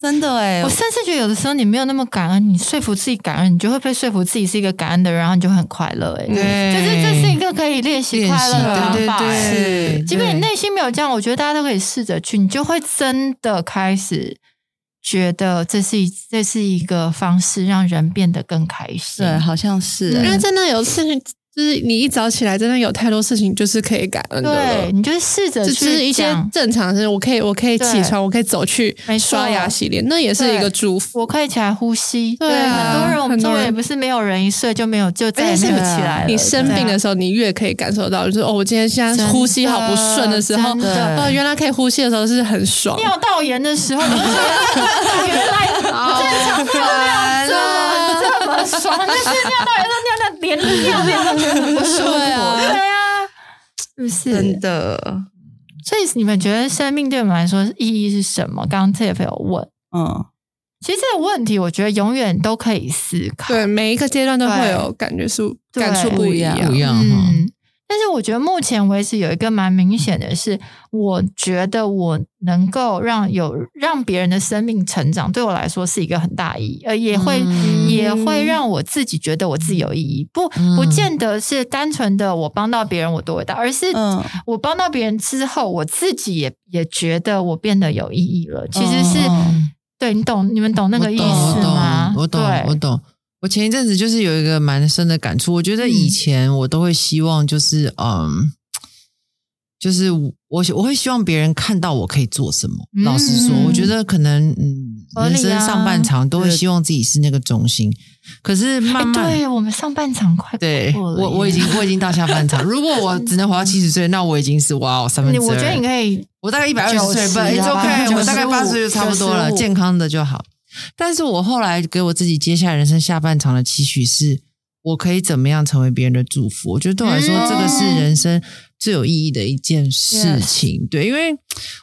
[SPEAKER 2] 真的哎、
[SPEAKER 3] 我甚至觉得有的时候你没有那么感恩，你说服自己感恩，你就会被说服自己是一个感恩的人，然后你就很快乐。哎，
[SPEAKER 1] 对，
[SPEAKER 3] 就是这是一个可以练习
[SPEAKER 1] 练
[SPEAKER 3] 快乐的
[SPEAKER 1] 嗯习对
[SPEAKER 3] 方法。哎
[SPEAKER 1] 对对，
[SPEAKER 3] 即便你内心没有这样，我觉得大家都可以试着去，你就会真的开始觉得这是一这是一个方式，让人变得更开心。
[SPEAKER 2] 对，好像是、
[SPEAKER 4] 因为
[SPEAKER 2] 欸，
[SPEAKER 4] 真的有事情，就是你一早起来，真的有太多事情就是可以感恩的
[SPEAKER 3] 对，
[SPEAKER 4] 了。
[SPEAKER 3] 你就试着
[SPEAKER 4] 这
[SPEAKER 3] 去
[SPEAKER 4] 是一些
[SPEAKER 3] 讲
[SPEAKER 4] 正常的事，我可以，我可以起
[SPEAKER 3] 对
[SPEAKER 4] 床，我可以走去
[SPEAKER 3] 没错
[SPEAKER 4] 刷牙洗脸，那也是一个祝福。
[SPEAKER 3] 我可以起来呼吸。
[SPEAKER 4] 对啊
[SPEAKER 3] 很多人我们
[SPEAKER 4] 很多
[SPEAKER 3] 周围
[SPEAKER 4] 人
[SPEAKER 3] 也不是没有人一睡就没有，就再
[SPEAKER 4] 而
[SPEAKER 3] 也
[SPEAKER 4] 且
[SPEAKER 3] 没
[SPEAKER 4] 是
[SPEAKER 3] 有起来了。
[SPEAKER 4] 你生病的时候，你越可以感受到，就是哦，我今天现在呼吸好不顺的时候，
[SPEAKER 3] 啊真的
[SPEAKER 2] 真的
[SPEAKER 4] 哦，原来可以呼吸的时候是很爽
[SPEAKER 3] 对啊。尿道炎的时候，你就觉得 原来
[SPEAKER 4] 哦
[SPEAKER 3] 正常
[SPEAKER 2] 欸啊
[SPEAKER 1] 烦
[SPEAKER 3] 这么这么爽， 但是尿道炎都尿到连尿尿都觉得很不舒服。
[SPEAKER 4] 对啊
[SPEAKER 3] 对啊，嗯是不是？
[SPEAKER 2] 真的，
[SPEAKER 3] 所以你们觉得生命对我们来说意义是什么？刚刚 Tiff 有问，
[SPEAKER 2] 嗯，
[SPEAKER 3] 其实这个问题我觉得永远都可以思考。
[SPEAKER 4] 对，每一个阶段都会有感觉是
[SPEAKER 3] 对
[SPEAKER 4] 感触不一样。
[SPEAKER 1] 不一样哈。
[SPEAKER 3] 嗯，但是我觉得目前为止有一个蛮明显的是，我觉得我能够让有让别人的生命成长，对我来说是一个很大意义，呃，也会、
[SPEAKER 1] 嗯
[SPEAKER 3] 也会让我自己觉得我自己有意义，不
[SPEAKER 1] 嗯
[SPEAKER 3] 不见得是单纯的我帮到别人我多伟大，而是
[SPEAKER 2] 嗯
[SPEAKER 3] 我帮到别人之后，我自己也也觉得我变得有意义了。其实是、
[SPEAKER 2] 嗯嗯
[SPEAKER 3] 对你懂你们懂那个意思
[SPEAKER 1] 哦我懂
[SPEAKER 3] 吗？
[SPEAKER 1] 我懂，
[SPEAKER 3] 对
[SPEAKER 1] 我懂。我前一阵子就是有一个嗯蛮深的感触，我觉得以前我都会希望就是嗯。就是我我会希望别人看到我可以做什么。
[SPEAKER 3] 嗯
[SPEAKER 1] 老实说，我觉得可能嗯，
[SPEAKER 3] 合理
[SPEAKER 1] 人
[SPEAKER 3] 啊
[SPEAKER 1] 生上半场都会希望自己是那个中心，可是慢慢。
[SPEAKER 3] 哎对啊我们上半场快
[SPEAKER 1] 对
[SPEAKER 3] 过了耶
[SPEAKER 1] 我，我已经我已经到下半场。如果我只能活到七十岁，那我已经是哇哦三分之
[SPEAKER 3] 你
[SPEAKER 1] 二。
[SPEAKER 3] 我觉得你可以
[SPEAKER 1] 我大概一百二十岁
[SPEAKER 3] 90
[SPEAKER 1] 吧，It's
[SPEAKER 3] 啊
[SPEAKER 1] OK，
[SPEAKER 3] 95
[SPEAKER 1] 我大概八十就差不多了，
[SPEAKER 3] 95
[SPEAKER 1] 健康的就好。但是我后来给我自己接下来人生下半场的期许是，我可以怎么样成为别人的祝福？我觉得对我来说，
[SPEAKER 3] 嗯
[SPEAKER 1] 这个是人生最有意义的一件事情。对，因为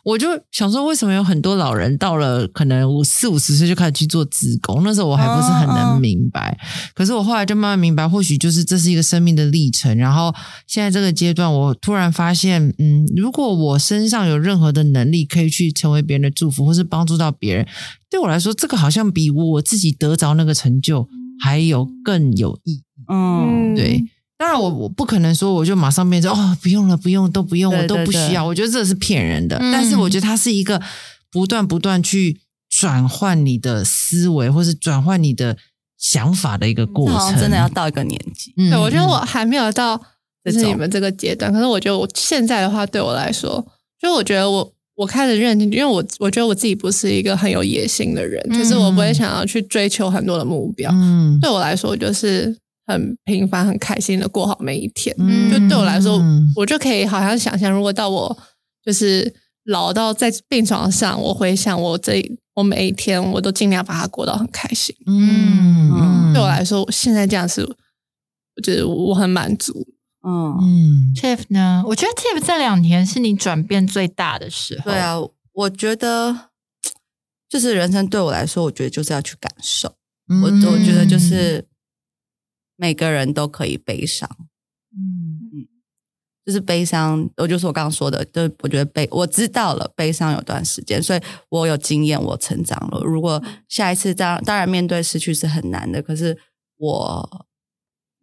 [SPEAKER 1] 我就想说，为什么有很多老人到了可能五四五十岁就开始去做自工？那时候我还不是很能明白，可是我后来就慢慢明白，或许就是这是一个生命的历程。然后现在这个阶段，我突然发现，嗯，如果我身上有任何的能力可以去成为别人的祝福，或是帮助到别人，对我来说，这个好像比我自己得着那个成就还有更有意义。
[SPEAKER 2] 嗯，
[SPEAKER 4] 嗯，
[SPEAKER 1] 对，当然我我不可能说我就马上变成哦不用了不用都不用
[SPEAKER 2] 对
[SPEAKER 1] 我都
[SPEAKER 2] 对
[SPEAKER 1] 不
[SPEAKER 2] 对
[SPEAKER 1] 需要，我觉得这是骗人的。
[SPEAKER 3] 嗯
[SPEAKER 1] 但是我觉得它是一个不断不断去转换你的思维，或是转换你的想法的一个过
[SPEAKER 2] 这好
[SPEAKER 1] 程。
[SPEAKER 2] 像真的要到一个年纪，
[SPEAKER 1] 嗯，
[SPEAKER 4] 对，我觉得
[SPEAKER 1] 嗯
[SPEAKER 4] 我还没有到就
[SPEAKER 2] 这
[SPEAKER 4] 是你
[SPEAKER 2] 种
[SPEAKER 4] 们这个阶段，可是我觉得我现在的话，对我来说，就我觉得我我开始认定，因为我我觉得我自己不是一个很有野心的人，就是我不会
[SPEAKER 1] 嗯
[SPEAKER 4] 想要去追求很多的目标。
[SPEAKER 1] 嗯
[SPEAKER 4] 对我来说，我就是很平凡、很开心的过好每一天。
[SPEAKER 1] 嗯
[SPEAKER 4] 就对我来说，
[SPEAKER 1] 嗯
[SPEAKER 4] 我就可以好像想象，如果到我就是老到在病床上，我回想我这我每一天，我都尽量把它过到很开心。
[SPEAKER 1] 嗯
[SPEAKER 4] 对我来说，现在这样是，我觉得我很满足。
[SPEAKER 2] 嗯，
[SPEAKER 1] 嗯
[SPEAKER 3] Tiff 呢？我觉得 Tiff 这两年是你转变最大的时候。
[SPEAKER 2] 对，啊，我觉得就是人生对我来说，我觉得就是要去感受，我我觉得就是每个人都可以悲伤。
[SPEAKER 3] 嗯
[SPEAKER 2] 就是悲伤，我就是我刚刚说的，就是我觉得悲，我知道了悲伤有段时间，所以我有经验，我成长了。如果下一次当当然面对失去是很难的，可是我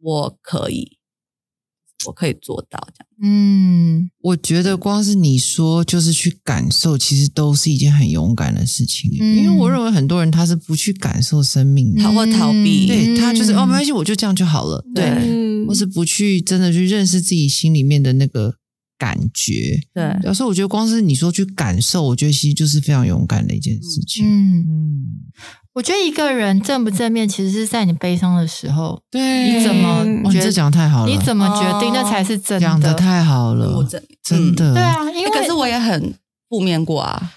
[SPEAKER 2] 我可以，我可以做到这样。
[SPEAKER 3] 嗯，
[SPEAKER 1] 我觉得光是你说就是去感受，其实都是一件很勇敢的事情、
[SPEAKER 3] 嗯
[SPEAKER 1] 因为我认为很多人他是不去感受生命的，
[SPEAKER 2] 逃或逃避
[SPEAKER 3] 嗯
[SPEAKER 1] 对他就是哦没关
[SPEAKER 3] 系，
[SPEAKER 1] 系，我就这样就好了，
[SPEAKER 2] 对
[SPEAKER 4] 嗯
[SPEAKER 1] 或是不去真的去认识自己心里面的那个感觉。
[SPEAKER 2] 对
[SPEAKER 1] 有时候我觉得光是你说去感受，我觉得其实就是非常勇敢的一件事情。
[SPEAKER 3] 嗯，
[SPEAKER 1] 嗯，
[SPEAKER 3] 我觉得一个人正不正面，其实是在你悲伤的时候，
[SPEAKER 1] 对，
[SPEAKER 3] 你怎么
[SPEAKER 1] 哇，嗯哦你
[SPEAKER 3] 觉得
[SPEAKER 1] 这讲太好了，
[SPEAKER 3] 你怎么决
[SPEAKER 2] 哦
[SPEAKER 3] 定那才是真
[SPEAKER 1] 讲的
[SPEAKER 3] 的。
[SPEAKER 1] 太好了
[SPEAKER 2] 嗯我，真
[SPEAKER 1] 真的、
[SPEAKER 3] 对，啊，因为
[SPEAKER 2] 欸可是我也很负面过啊，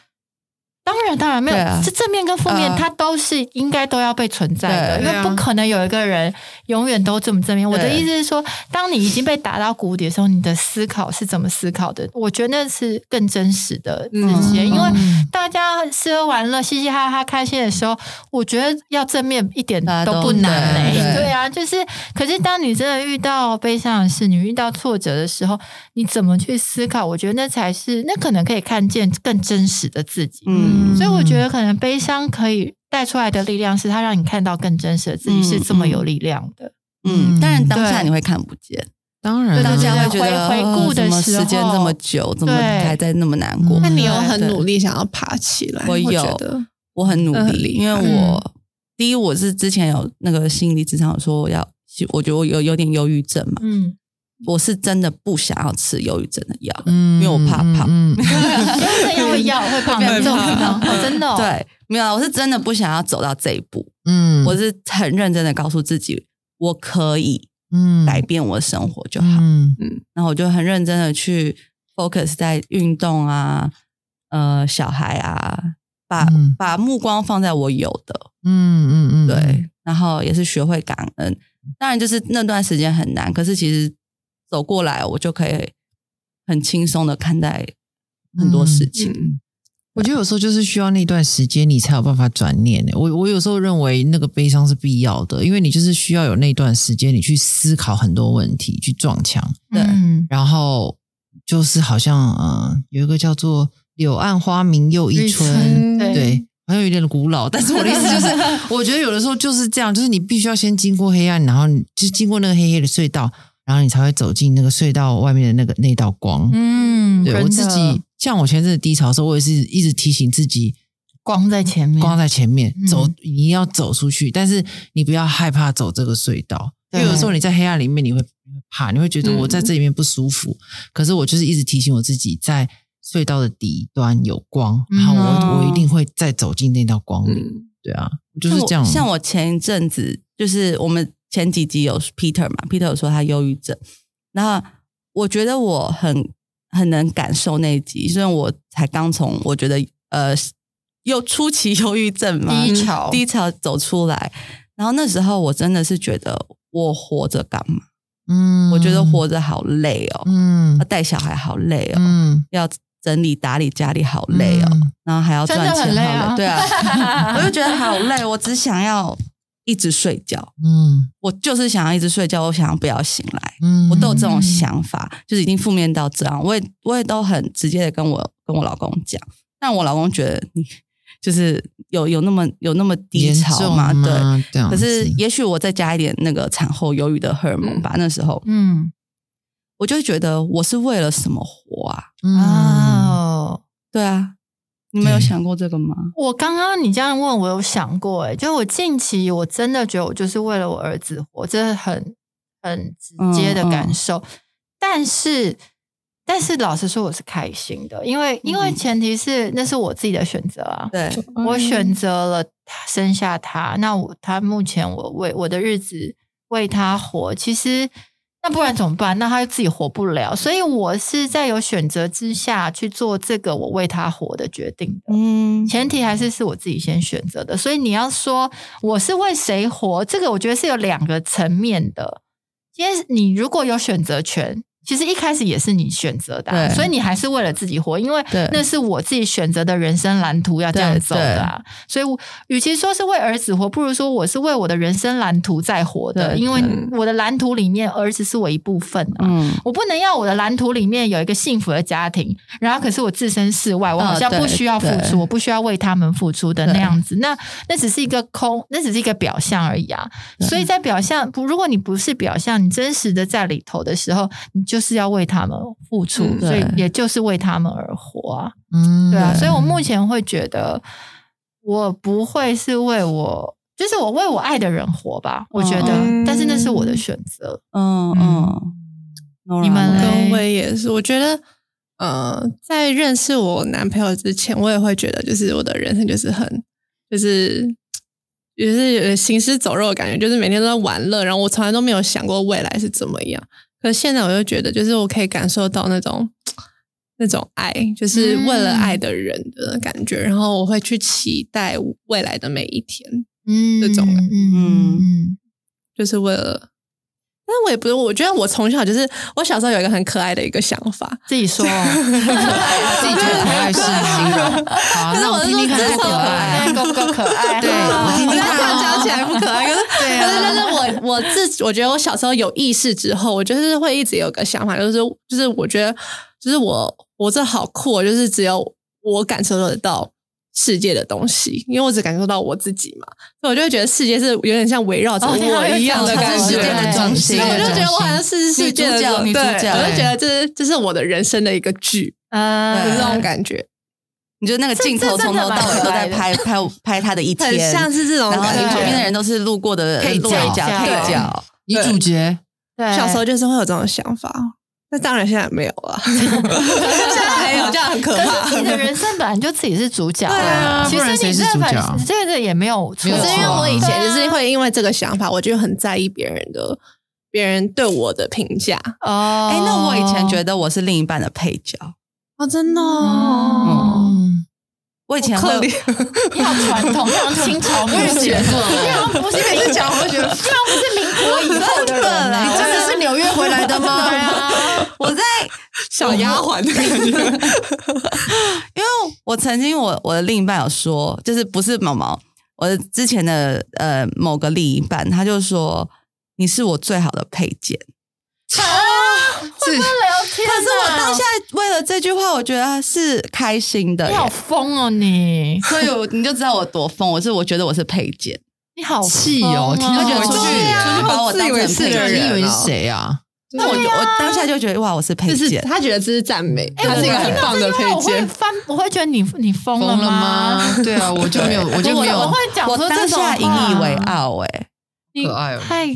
[SPEAKER 3] 当然当然没有
[SPEAKER 2] 对啊，
[SPEAKER 3] 这正面跟负面
[SPEAKER 2] 啊
[SPEAKER 3] 它都是应该都要被存在的，因
[SPEAKER 2] 对
[SPEAKER 3] 为不可能有一个人永远都这么正面。我的
[SPEAKER 2] 对
[SPEAKER 3] 意思是说，当你已经被打到谷底的时候，你的思考是怎么思考的？我觉得那是更真实的自己，
[SPEAKER 2] 嗯
[SPEAKER 3] 因为
[SPEAKER 1] 嗯
[SPEAKER 3] 大家吃喝玩乐、嘻嘻哈哈、开心的时候，我觉得要正面一点
[SPEAKER 2] 大家都
[SPEAKER 3] 都不难嘞、
[SPEAKER 1] 对对
[SPEAKER 3] 对啊，就是，可是当你真的遇到悲伤的事，你遇到挫折的时候，你怎么去思考？我觉得那才是，那可能可以看见更真实的自己。
[SPEAKER 2] 嗯
[SPEAKER 3] 所以我觉得，可能悲伤可以带出来的力量，是它让你看到更真实的自己
[SPEAKER 2] 嗯
[SPEAKER 3] 是这么有力量的。
[SPEAKER 1] 嗯
[SPEAKER 2] 嗯，当然当下
[SPEAKER 3] 对
[SPEAKER 2] 你会看不见，
[SPEAKER 1] 当然啊了，
[SPEAKER 2] 对当下会
[SPEAKER 3] 对
[SPEAKER 2] 觉得
[SPEAKER 3] 回
[SPEAKER 2] 呃
[SPEAKER 3] 回顾的
[SPEAKER 2] 怎么
[SPEAKER 3] 时候
[SPEAKER 2] 时间这么久，怎么
[SPEAKER 3] 对
[SPEAKER 2] 还在那么难过？
[SPEAKER 1] 嗯
[SPEAKER 4] 那你有
[SPEAKER 3] 对
[SPEAKER 4] 很
[SPEAKER 2] 对
[SPEAKER 4] 努力想要爬起来？
[SPEAKER 2] 我有
[SPEAKER 4] 觉得
[SPEAKER 2] 我很努
[SPEAKER 4] 那很
[SPEAKER 2] 力，
[SPEAKER 4] 厉
[SPEAKER 2] 因为
[SPEAKER 4] 害
[SPEAKER 1] 嗯
[SPEAKER 2] 我第一我是之前有那个心理职场说我要，我觉得我有有点忧郁症嘛，
[SPEAKER 3] 嗯，
[SPEAKER 2] 我是真的不想要吃忧郁症的药，
[SPEAKER 1] 嗯
[SPEAKER 2] 因为我怕胖
[SPEAKER 1] 嗯嗯嗯
[SPEAKER 3] 这样会要会胖很重吗？哦真的、哦，，
[SPEAKER 2] 对，没有啊，我是真的不想要走到这一步，
[SPEAKER 1] 嗯，
[SPEAKER 2] 我是很认真的告诉自己，我可以
[SPEAKER 1] 嗯
[SPEAKER 2] 改变我的生活就好，
[SPEAKER 1] 嗯
[SPEAKER 2] 然后我就很认真的去 focus 在运动啊，呃，小孩啊，把、
[SPEAKER 1] 嗯
[SPEAKER 2] 把目光放在我有的，
[SPEAKER 1] 嗯嗯嗯，
[SPEAKER 2] 对，然后也是学会感恩。当然，就是那段时间很难，可是其实走过来，我就可以很轻松的看待很多事情。
[SPEAKER 4] 嗯
[SPEAKER 1] 我觉得有时候就是需要那段时间，你才有办法转念的。我我有时候认为那个悲伤是必要的，因为你就是需要有那段时间，你去思考很多问题，去撞墙，
[SPEAKER 2] 对
[SPEAKER 3] 嗯
[SPEAKER 1] 然后就是好像呃，有一个叫做“柳暗花明又一村”，
[SPEAKER 4] 嗯
[SPEAKER 3] 对
[SPEAKER 1] 对，好像有点古老，但是我的意思就是，我觉得有的时候就是这样，就是你必须要先经过黑暗，然后你就经过那个黑夜的隧道，然后你才会走进那个隧道外面的那个那道光。
[SPEAKER 3] 嗯，
[SPEAKER 1] 对我
[SPEAKER 3] 真
[SPEAKER 1] 自
[SPEAKER 3] 的
[SPEAKER 1] 己，像我前阵子低潮的时候，我也是一直提醒自己，
[SPEAKER 3] 光在前面，
[SPEAKER 1] 光在前面
[SPEAKER 3] 嗯
[SPEAKER 1] 走，你要走出去，但是你不要害怕走这个隧道，因为
[SPEAKER 3] 对
[SPEAKER 1] 有时候你在黑暗里面，你会你会怕，你会
[SPEAKER 2] 嗯
[SPEAKER 1] 觉得我在这里面不舒服。可是我就是一直提醒我自己，在隧道的底端有光，
[SPEAKER 3] 嗯
[SPEAKER 1] 然后
[SPEAKER 2] 哦
[SPEAKER 1] 我我一定会再走进那道光里。
[SPEAKER 5] 嗯
[SPEAKER 1] 对啊，就是这样。
[SPEAKER 2] 像我像我前一阵子，就是我们前几集有 Peter 嘛，Peter 有说他忧郁症，那我觉得我很很能感受那一集，虽然我才刚从我觉得呃又初期忧郁症嘛
[SPEAKER 3] 低潮
[SPEAKER 2] 低潮走出来，然后那时候我真的是觉得我活着干嘛？
[SPEAKER 1] 嗯
[SPEAKER 2] 我觉得活着好累哦，
[SPEAKER 1] 嗯
[SPEAKER 2] 要带小孩好累哦，
[SPEAKER 1] 嗯
[SPEAKER 2] 要整理打理家里好累哦，
[SPEAKER 1] 嗯
[SPEAKER 2] 然后还要赚钱好
[SPEAKER 3] 真的很累啊
[SPEAKER 2] 对 啊，我就觉得好累，我只想要一直睡觉，
[SPEAKER 1] 嗯
[SPEAKER 2] 我就是想要一直睡觉，我想要不要醒来，
[SPEAKER 1] 嗯
[SPEAKER 2] 我都有这种想法，就是已经负面到这样，我也我也都很直接的跟我跟我老公讲，但我老公觉得你就是有有那么有那么低
[SPEAKER 1] 严
[SPEAKER 2] 潮
[SPEAKER 1] 重
[SPEAKER 2] 嘛，对。
[SPEAKER 1] 吗这样
[SPEAKER 2] 可是
[SPEAKER 1] 子，
[SPEAKER 2] 也许我再加一点那个产后忧郁的荷尔蒙吧，那时候
[SPEAKER 3] 嗯
[SPEAKER 2] 我就觉得我是为了什么活啊？
[SPEAKER 1] 嗯
[SPEAKER 3] 哦，
[SPEAKER 2] 对啊，你们有
[SPEAKER 1] 对
[SPEAKER 2] 想过这个吗？
[SPEAKER 3] 我刚刚你这样问我有想过、欸，哎，就我近期我真的觉得我就是为了我儿子活，这是很很直接的感受。
[SPEAKER 2] 嗯
[SPEAKER 3] 但是，但是老实说，我是开心的，因为因为
[SPEAKER 2] 嗯
[SPEAKER 3] 前提是那是我自己的选择啊。
[SPEAKER 2] 对，
[SPEAKER 4] 嗯
[SPEAKER 3] 我选择了他生下他，那我他目前我为我的日子为他活，其实那不然怎么办？那他自己活不了，所以我是在有选择之下去做这个我为他活的决定的。
[SPEAKER 2] 嗯
[SPEAKER 3] 前提还是是我自己先选择的，所以你要说我是为谁活，这个我觉得是有两个层面的。今天你如果有选择权，其实一开始也是你选择的啊、
[SPEAKER 2] 对
[SPEAKER 3] 所以你还是为了自己活，因为
[SPEAKER 2] 对
[SPEAKER 3] 那是我自己选择的人生蓝图要这样
[SPEAKER 2] 对
[SPEAKER 3] 走的、啊。所以我，与其说是为儿子活，不如说我是为我的人生蓝图在活的，
[SPEAKER 2] 对
[SPEAKER 3] 因为
[SPEAKER 5] 对
[SPEAKER 3] 我的蓝图里面儿子是我一部分啊。
[SPEAKER 2] 嗯，
[SPEAKER 3] 我不能要我的蓝图里面有一个幸福的家庭，然后可是我置身事外，我好像
[SPEAKER 2] 对
[SPEAKER 3] 不需要付
[SPEAKER 2] 对
[SPEAKER 3] 出，我不需要为他们付出的那
[SPEAKER 2] 对
[SPEAKER 3] 样子。那那只是一个空，那只是一个表象而已啊。所以在表象不，如果你不是表象，你真实的在里头的时候，你就是要为他们付出，
[SPEAKER 5] 嗯
[SPEAKER 3] 所以
[SPEAKER 2] 对
[SPEAKER 3] 也就是为他们而活啊。
[SPEAKER 1] 嗯
[SPEAKER 3] 对啊，
[SPEAKER 2] 对
[SPEAKER 3] 所以我目前会觉得，我不会是为我。就是我为我爱的人活吧，我觉得，
[SPEAKER 5] 嗯
[SPEAKER 3] 但是那是我的选择。
[SPEAKER 2] 嗯嗯，Nora
[SPEAKER 3] 你
[SPEAKER 2] 呢
[SPEAKER 3] 们嘞
[SPEAKER 4] 跟我也是，我觉得，呃，在认识我男朋友之前，我也会觉得，就是我的人生就是很，就是，就是有点行尸走肉的感觉，就是每天都在玩乐，然后我从来都没有想过未来是怎么样。可是现在我就觉得，就是我可以感受到那种那种爱，就是为了爱的人的感觉，然后我会去期待未来的每一天，
[SPEAKER 3] 嗯
[SPEAKER 4] 这种感
[SPEAKER 3] 嗯嗯嗯
[SPEAKER 4] 就是为了。但我也不是，我觉得我从小就是，我小时候有一个很可爱的一个想法，
[SPEAKER 3] 自己说哦，
[SPEAKER 1] 自己觉得可爱是形容，好啊，
[SPEAKER 4] 可是
[SPEAKER 1] 那
[SPEAKER 4] 我
[SPEAKER 1] 我
[SPEAKER 4] 是
[SPEAKER 1] 听
[SPEAKER 4] 说
[SPEAKER 1] 听看
[SPEAKER 4] 真
[SPEAKER 1] 不可
[SPEAKER 4] 的
[SPEAKER 1] 爱，
[SPEAKER 3] 狗狗可爱，
[SPEAKER 1] 对我听
[SPEAKER 4] 我
[SPEAKER 1] 听
[SPEAKER 4] 在这
[SPEAKER 1] 看
[SPEAKER 4] 样
[SPEAKER 1] 哦
[SPEAKER 4] 讲起来不可爱，可是
[SPEAKER 3] 对
[SPEAKER 4] 可是但
[SPEAKER 3] 啊，
[SPEAKER 4] 是我我自己我觉得我小时候有意识之后，我就是会一直有个想法，就是就是我觉得就是我活着好酷哦，就是只有我感受得到世界的东西，因为我只感受到我自己嘛，所以我就会觉得世界是有点像围绕着
[SPEAKER 3] 哦天啊
[SPEAKER 4] 我一样的
[SPEAKER 3] 又讲
[SPEAKER 4] 感
[SPEAKER 3] 到
[SPEAKER 4] 觉，
[SPEAKER 3] 世界的中
[SPEAKER 1] 心
[SPEAKER 4] 所以我就觉得我好像是世界的
[SPEAKER 2] 女主角女主
[SPEAKER 4] 对
[SPEAKER 2] 角
[SPEAKER 4] 我就觉得这是这是我的人生的一个剧，
[SPEAKER 3] 嗯
[SPEAKER 4] 就是这种感觉，
[SPEAKER 2] 你觉得那个镜头从头到尾都在拍拍拍他的一
[SPEAKER 4] 很
[SPEAKER 2] 天，
[SPEAKER 4] 像是这种
[SPEAKER 2] 然后
[SPEAKER 4] 感
[SPEAKER 2] 你
[SPEAKER 4] 觉。
[SPEAKER 2] 旁边的人都是路过的
[SPEAKER 1] 配角
[SPEAKER 2] 路人甲配
[SPEAKER 3] 对
[SPEAKER 2] 角，
[SPEAKER 1] 女主角，
[SPEAKER 3] 对
[SPEAKER 4] 小时候就是会有这种想法，那当然现在没有了，现在还有，这样很可
[SPEAKER 3] 可
[SPEAKER 4] 怕。
[SPEAKER 3] 是你的人生本来就自己是主角，
[SPEAKER 4] 对啊
[SPEAKER 3] 其
[SPEAKER 1] 不然
[SPEAKER 3] 实
[SPEAKER 1] 谁
[SPEAKER 3] 你
[SPEAKER 1] 是
[SPEAKER 3] 这
[SPEAKER 1] 主
[SPEAKER 3] 反
[SPEAKER 1] 角
[SPEAKER 3] 这个也没有错
[SPEAKER 1] 没有
[SPEAKER 3] 啊，
[SPEAKER 4] 可是因为
[SPEAKER 1] 错啊
[SPEAKER 4] 我以前就是会因为这个想法，我就很在意别人的别人对我的评价。
[SPEAKER 3] 哦，
[SPEAKER 2] 哎，那我以前觉
[SPEAKER 3] 得
[SPEAKER 2] 得我是另一半的配角，
[SPEAKER 4] 哦，真的、
[SPEAKER 3] 哦，
[SPEAKER 1] 嗯，
[SPEAKER 2] 我以前会
[SPEAKER 4] 可怜，
[SPEAKER 3] 你好传统，你好像清朝末
[SPEAKER 1] 我也
[SPEAKER 3] 节
[SPEAKER 1] 觉得
[SPEAKER 3] 你好像不是
[SPEAKER 4] 每次讲我都觉得
[SPEAKER 3] 你好像不是民国以
[SPEAKER 4] 哦
[SPEAKER 3] 后的
[SPEAKER 2] 真
[SPEAKER 3] 人
[SPEAKER 2] 的
[SPEAKER 3] 欸，
[SPEAKER 2] 啦
[SPEAKER 1] 你
[SPEAKER 2] 我
[SPEAKER 1] 真
[SPEAKER 2] 也
[SPEAKER 1] 的是纽约回来的吗？
[SPEAKER 3] 对啊，
[SPEAKER 2] 我在
[SPEAKER 4] 小丫鬟的感觉。
[SPEAKER 2] 因为我曾经我我的另一半有说，就是不是毛毛，我的之前的呃某个另一半，他就说你是我最好的配件。
[SPEAKER 1] 是
[SPEAKER 3] 聊天，
[SPEAKER 2] 可是我当下为了这句话，我觉得是开心的
[SPEAKER 3] 你
[SPEAKER 2] 耶，
[SPEAKER 3] 好疯哦，你
[SPEAKER 2] 所以我你就知道我多疯，我是我觉得我是配件，
[SPEAKER 3] 你好
[SPEAKER 1] 气哦
[SPEAKER 3] 疯
[SPEAKER 1] 听
[SPEAKER 2] 我
[SPEAKER 3] 啊
[SPEAKER 1] 到
[SPEAKER 2] 觉得
[SPEAKER 1] 我
[SPEAKER 2] 出去
[SPEAKER 1] 对啊
[SPEAKER 2] 出去把我当成
[SPEAKER 4] 自以
[SPEAKER 2] 配
[SPEAKER 4] 为是的
[SPEAKER 1] 哎你
[SPEAKER 2] 件，
[SPEAKER 4] 人
[SPEAKER 1] 以为是谁啊？
[SPEAKER 2] 那我就我当下就觉得哇，我是配
[SPEAKER 4] 就是
[SPEAKER 2] 件，
[SPEAKER 4] 他觉得这是赞美，
[SPEAKER 3] 哎，
[SPEAKER 4] 他是一个很棒的配
[SPEAKER 3] 我听到这句话我会
[SPEAKER 4] 件。
[SPEAKER 3] 翻，我会觉得你你疯了
[SPEAKER 1] 疯了吗？对啊，我就没有，我就没
[SPEAKER 3] 我
[SPEAKER 1] 有
[SPEAKER 3] 会讲
[SPEAKER 2] 我
[SPEAKER 3] 说
[SPEAKER 2] 当
[SPEAKER 3] 这种
[SPEAKER 2] 下引以为傲哎，
[SPEAKER 1] 可爱哦
[SPEAKER 3] 太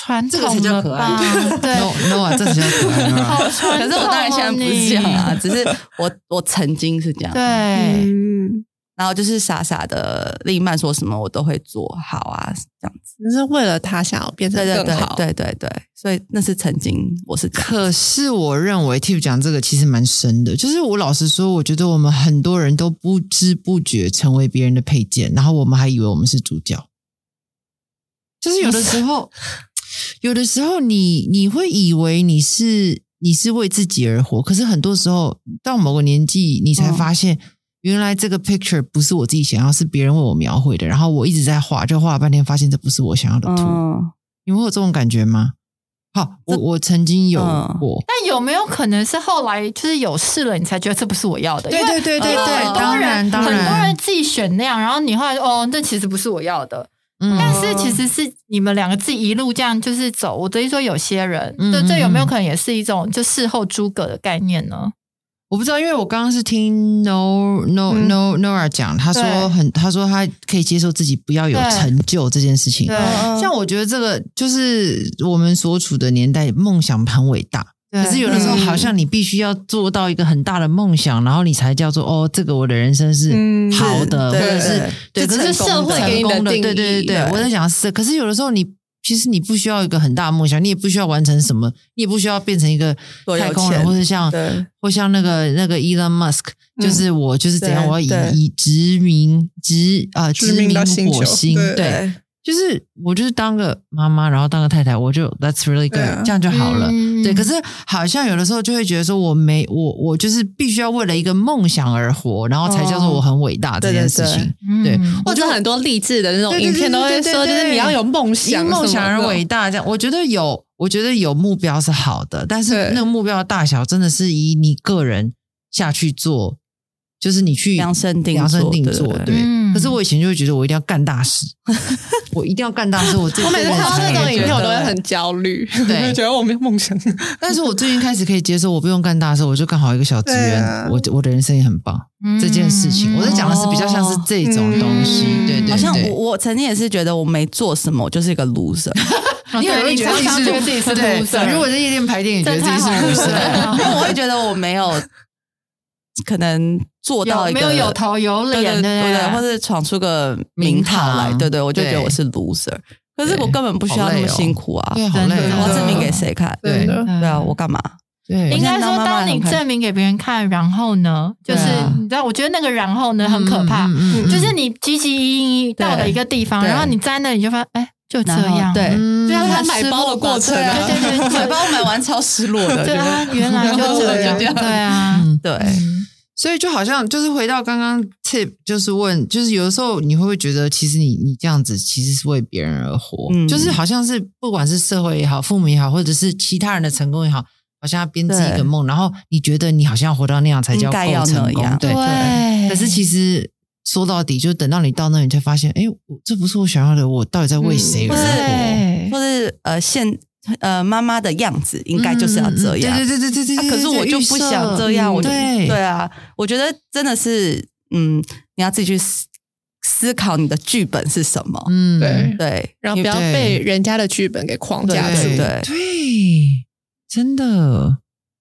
[SPEAKER 3] 传
[SPEAKER 5] 这个才
[SPEAKER 3] 统
[SPEAKER 5] 叫
[SPEAKER 3] 了
[SPEAKER 5] 可爱
[SPEAKER 3] 吧？对，
[SPEAKER 1] no no 啊，这比较短 啊。
[SPEAKER 3] 好传
[SPEAKER 2] 可是
[SPEAKER 3] 统、哦、
[SPEAKER 2] 我当然现在不是这样啊，只是我我曾经是这样
[SPEAKER 3] 你。，对，
[SPEAKER 4] 嗯，
[SPEAKER 2] 然后就是傻傻的，另一半说什么我都会做好啊，这样子。
[SPEAKER 4] 你是为了他想要变得
[SPEAKER 2] 对对
[SPEAKER 4] 更
[SPEAKER 2] 对
[SPEAKER 4] 好，
[SPEAKER 2] 对对对，所以那是曾经我是这样
[SPEAKER 1] 可是我认为 Tiff 讲这个其实蛮深的，就是我老实说，我觉得我们很多人都不知不觉成为别人的配件，然后我们还以为我们是主角。就是有的时 候，有的时候你你会以为你是你是为自己而活，可是很多时候到某个年纪，你
[SPEAKER 2] 嗯
[SPEAKER 1] 才发现、原来这个 picture 不是我自己想要，是别人为我描绘的，然后我一直在画，就画了半天，发现这不是我想要的图。
[SPEAKER 2] 嗯，
[SPEAKER 1] 你们会有这种感觉吗？好，我我曾经有
[SPEAKER 2] 嗯
[SPEAKER 1] 过，
[SPEAKER 3] 但有没有可能是后来就是有事了，你才觉得这不是我要的？因为
[SPEAKER 1] 对
[SPEAKER 3] 因为很多
[SPEAKER 1] 当然
[SPEAKER 3] 人
[SPEAKER 1] 当
[SPEAKER 3] 很多
[SPEAKER 1] 然
[SPEAKER 3] 人，自己选那样，然后你后来说哦，那其实不是我要的。但
[SPEAKER 1] 嗯，
[SPEAKER 3] 是其实是你们两个自己一路这样就是走。我的意思说，有些人，
[SPEAKER 1] 嗯
[SPEAKER 3] 这这有没有
[SPEAKER 1] 嗯嗯
[SPEAKER 3] 可能也是一种就事后诸葛的概念呢？
[SPEAKER 1] 我不知道，因为我刚刚是听 No No
[SPEAKER 3] 嗯
[SPEAKER 1] No Nora 讲，他说
[SPEAKER 3] 对
[SPEAKER 1] 很，他说他可以接受自己不要有
[SPEAKER 3] 对
[SPEAKER 1] 成就这件事情
[SPEAKER 3] 对。嗯
[SPEAKER 1] 像我觉得这个就是我们所处的年代，梦想很伟大，
[SPEAKER 3] 对
[SPEAKER 1] 可是有的时候
[SPEAKER 4] 嗯
[SPEAKER 1] 好像你必须要做到一个很大的梦想，然后你才叫做哦，这个我的人生是
[SPEAKER 4] 嗯
[SPEAKER 1] 好的，
[SPEAKER 2] 对
[SPEAKER 1] 或者是对，
[SPEAKER 2] 对
[SPEAKER 1] 可是
[SPEAKER 2] 是成
[SPEAKER 1] 社
[SPEAKER 2] 功的
[SPEAKER 1] 会给你
[SPEAKER 4] 成功的
[SPEAKER 1] 对对
[SPEAKER 4] 定
[SPEAKER 1] 对
[SPEAKER 4] 义
[SPEAKER 1] 对，
[SPEAKER 4] 对
[SPEAKER 1] 我在想是，可是有的时候你。其实你不需要一个很大的梦想，你也不需要完成什么，你也不需要变成一个
[SPEAKER 2] 多有
[SPEAKER 1] 太空人，
[SPEAKER 2] 钱
[SPEAKER 1] 或者像
[SPEAKER 2] 对
[SPEAKER 1] 或像那个那个 Elon Musk，
[SPEAKER 4] 嗯
[SPEAKER 1] 就是我就是怎样，
[SPEAKER 2] 对
[SPEAKER 1] 我要
[SPEAKER 2] 对
[SPEAKER 1] 以以殖民殖啊殖
[SPEAKER 4] 殖民到星
[SPEAKER 1] 火
[SPEAKER 4] 球
[SPEAKER 1] 星，
[SPEAKER 4] 对
[SPEAKER 1] 对，就是我就是当个妈妈，然后当个太太，我就 That's really good，、
[SPEAKER 4] 对啊
[SPEAKER 1] 这样就好了。
[SPEAKER 3] 嗯
[SPEAKER 1] 对，可是好像有的时候就会觉得说，我没我我就是必须要为了一个梦想而活，然后才叫做我很伟大这件事情。
[SPEAKER 3] 嗯
[SPEAKER 1] 对
[SPEAKER 4] 或者很多励志的那种
[SPEAKER 1] 对对
[SPEAKER 4] 哦影
[SPEAKER 1] 对
[SPEAKER 4] 片都会
[SPEAKER 1] 对对
[SPEAKER 4] 说，就
[SPEAKER 1] 对
[SPEAKER 4] 是你要有梦想，
[SPEAKER 1] 因梦想而伟。大，这样我觉得有，我觉得有目标是好的，但是
[SPEAKER 4] 对
[SPEAKER 1] 那个目标的大小真的是以你个人下去做，就是你去
[SPEAKER 2] 量身定做
[SPEAKER 1] 量身定
[SPEAKER 2] 对
[SPEAKER 1] 做，
[SPEAKER 2] 对
[SPEAKER 1] 对。
[SPEAKER 3] 嗯
[SPEAKER 1] 可是我以前就会觉得我一定要干大 事，我一定要干大事，我这
[SPEAKER 4] 我每次
[SPEAKER 1] 这人
[SPEAKER 4] 看到
[SPEAKER 1] 才
[SPEAKER 4] 那
[SPEAKER 1] 能
[SPEAKER 4] 种影片，
[SPEAKER 1] 做
[SPEAKER 4] 我都会很焦虑，
[SPEAKER 1] 对
[SPEAKER 4] 我就觉得我没有梦想。
[SPEAKER 1] 但是我最近开始可以接受，我不用干大事，我就干好一个小职
[SPEAKER 4] 对
[SPEAKER 1] 员，
[SPEAKER 4] 啊
[SPEAKER 1] 我我的人生也很棒。这件事情，
[SPEAKER 4] 嗯
[SPEAKER 1] 我在讲的是比较像是这种东西，
[SPEAKER 3] 嗯
[SPEAKER 1] 对对对，
[SPEAKER 2] 好像我我曾经也是觉得我没做什么，我就是一个 loser，
[SPEAKER 1] 啊你有人
[SPEAKER 3] 你常常觉得自己是 loser
[SPEAKER 1] 如果在夜店排练，你觉得
[SPEAKER 3] 这
[SPEAKER 1] 自己
[SPEAKER 3] 太
[SPEAKER 1] 是 loser，
[SPEAKER 3] 好
[SPEAKER 2] 因
[SPEAKER 3] 了
[SPEAKER 2] 为我会觉得我没有可能做到
[SPEAKER 3] 有
[SPEAKER 2] 一个
[SPEAKER 3] 没有有头有
[SPEAKER 2] 对
[SPEAKER 3] 脸
[SPEAKER 2] 对
[SPEAKER 3] 的
[SPEAKER 2] 对对，
[SPEAKER 3] 呀？
[SPEAKER 2] 或是闯出个名堂来，
[SPEAKER 1] 名堂
[SPEAKER 2] 对对，我就觉得
[SPEAKER 1] 对
[SPEAKER 2] 我是 loser，可
[SPEAKER 1] 对
[SPEAKER 2] 是
[SPEAKER 1] 哦
[SPEAKER 2] 我根本不需要那么辛苦 啊，
[SPEAKER 1] 对，好
[SPEAKER 3] 真的
[SPEAKER 1] 累
[SPEAKER 2] 我
[SPEAKER 1] 哦，
[SPEAKER 2] 要证明给谁看？
[SPEAKER 1] 对
[SPEAKER 4] 真的
[SPEAKER 3] 嗯
[SPEAKER 2] 对啊，我干嘛？
[SPEAKER 1] 对，
[SPEAKER 3] 应
[SPEAKER 2] 我现
[SPEAKER 3] 该
[SPEAKER 2] 在当妈
[SPEAKER 3] 说，
[SPEAKER 2] 妈
[SPEAKER 3] 当你
[SPEAKER 2] 很快
[SPEAKER 3] 证明给别人看，然后呢，就是
[SPEAKER 1] 对啊
[SPEAKER 3] 你知道，我觉得那个然后呢很可怕，
[SPEAKER 1] 嗯嗯嗯
[SPEAKER 3] 就是你积极一一到了一个地方，
[SPEAKER 2] 对
[SPEAKER 3] 然后你在那里就发现，哎，就这
[SPEAKER 2] 然后
[SPEAKER 3] 样，
[SPEAKER 2] 对，啊
[SPEAKER 1] 嗯
[SPEAKER 2] 就像
[SPEAKER 4] 他
[SPEAKER 2] 很
[SPEAKER 4] 买
[SPEAKER 2] 失
[SPEAKER 4] 包
[SPEAKER 2] 落
[SPEAKER 4] 的
[SPEAKER 2] 吧
[SPEAKER 4] 过程啊
[SPEAKER 2] 对对对，对买包买完超失落的，
[SPEAKER 3] 对啊，原来就这样，
[SPEAKER 4] 就这样
[SPEAKER 3] 对啊，
[SPEAKER 1] 嗯
[SPEAKER 2] 对，
[SPEAKER 3] 嗯
[SPEAKER 1] 所以就好像就是回到刚刚 tip，就是问，就是有的时候你会不会觉得，其实你你这样子其实是为别人而活，
[SPEAKER 2] 嗯
[SPEAKER 1] 就是好像是不管是社会也好，父母也好，或者是其他人的成功也好，好像要编织一个
[SPEAKER 2] 对
[SPEAKER 1] 梦，然后你觉得你好像要活到那样才叫
[SPEAKER 2] 应该要
[SPEAKER 1] 够成
[SPEAKER 2] 那
[SPEAKER 1] 功，
[SPEAKER 2] 样
[SPEAKER 1] 对。
[SPEAKER 3] 对。
[SPEAKER 2] 哎
[SPEAKER 1] 可是其实说到底，就等到你到那里，你才发现，哎，我这不是我想要的，我到底在
[SPEAKER 2] 嗯
[SPEAKER 1] 为谁而活？
[SPEAKER 3] 对，
[SPEAKER 2] 或是呃现呃妈妈的样子应该就是要这样，
[SPEAKER 1] 嗯嗯嗯对对对对对
[SPEAKER 2] 啊
[SPEAKER 1] 对。嗯
[SPEAKER 2] 可是我就不想这样，我就
[SPEAKER 1] 对
[SPEAKER 2] 对啊，我觉得真的是，嗯，你要自己去思思考你的剧本是什么，
[SPEAKER 1] 嗯，
[SPEAKER 4] 对，
[SPEAKER 2] 对，
[SPEAKER 4] 然后不要
[SPEAKER 1] 对
[SPEAKER 4] 被人家的剧本给框架
[SPEAKER 2] 对
[SPEAKER 4] 住。
[SPEAKER 1] 对对，真的，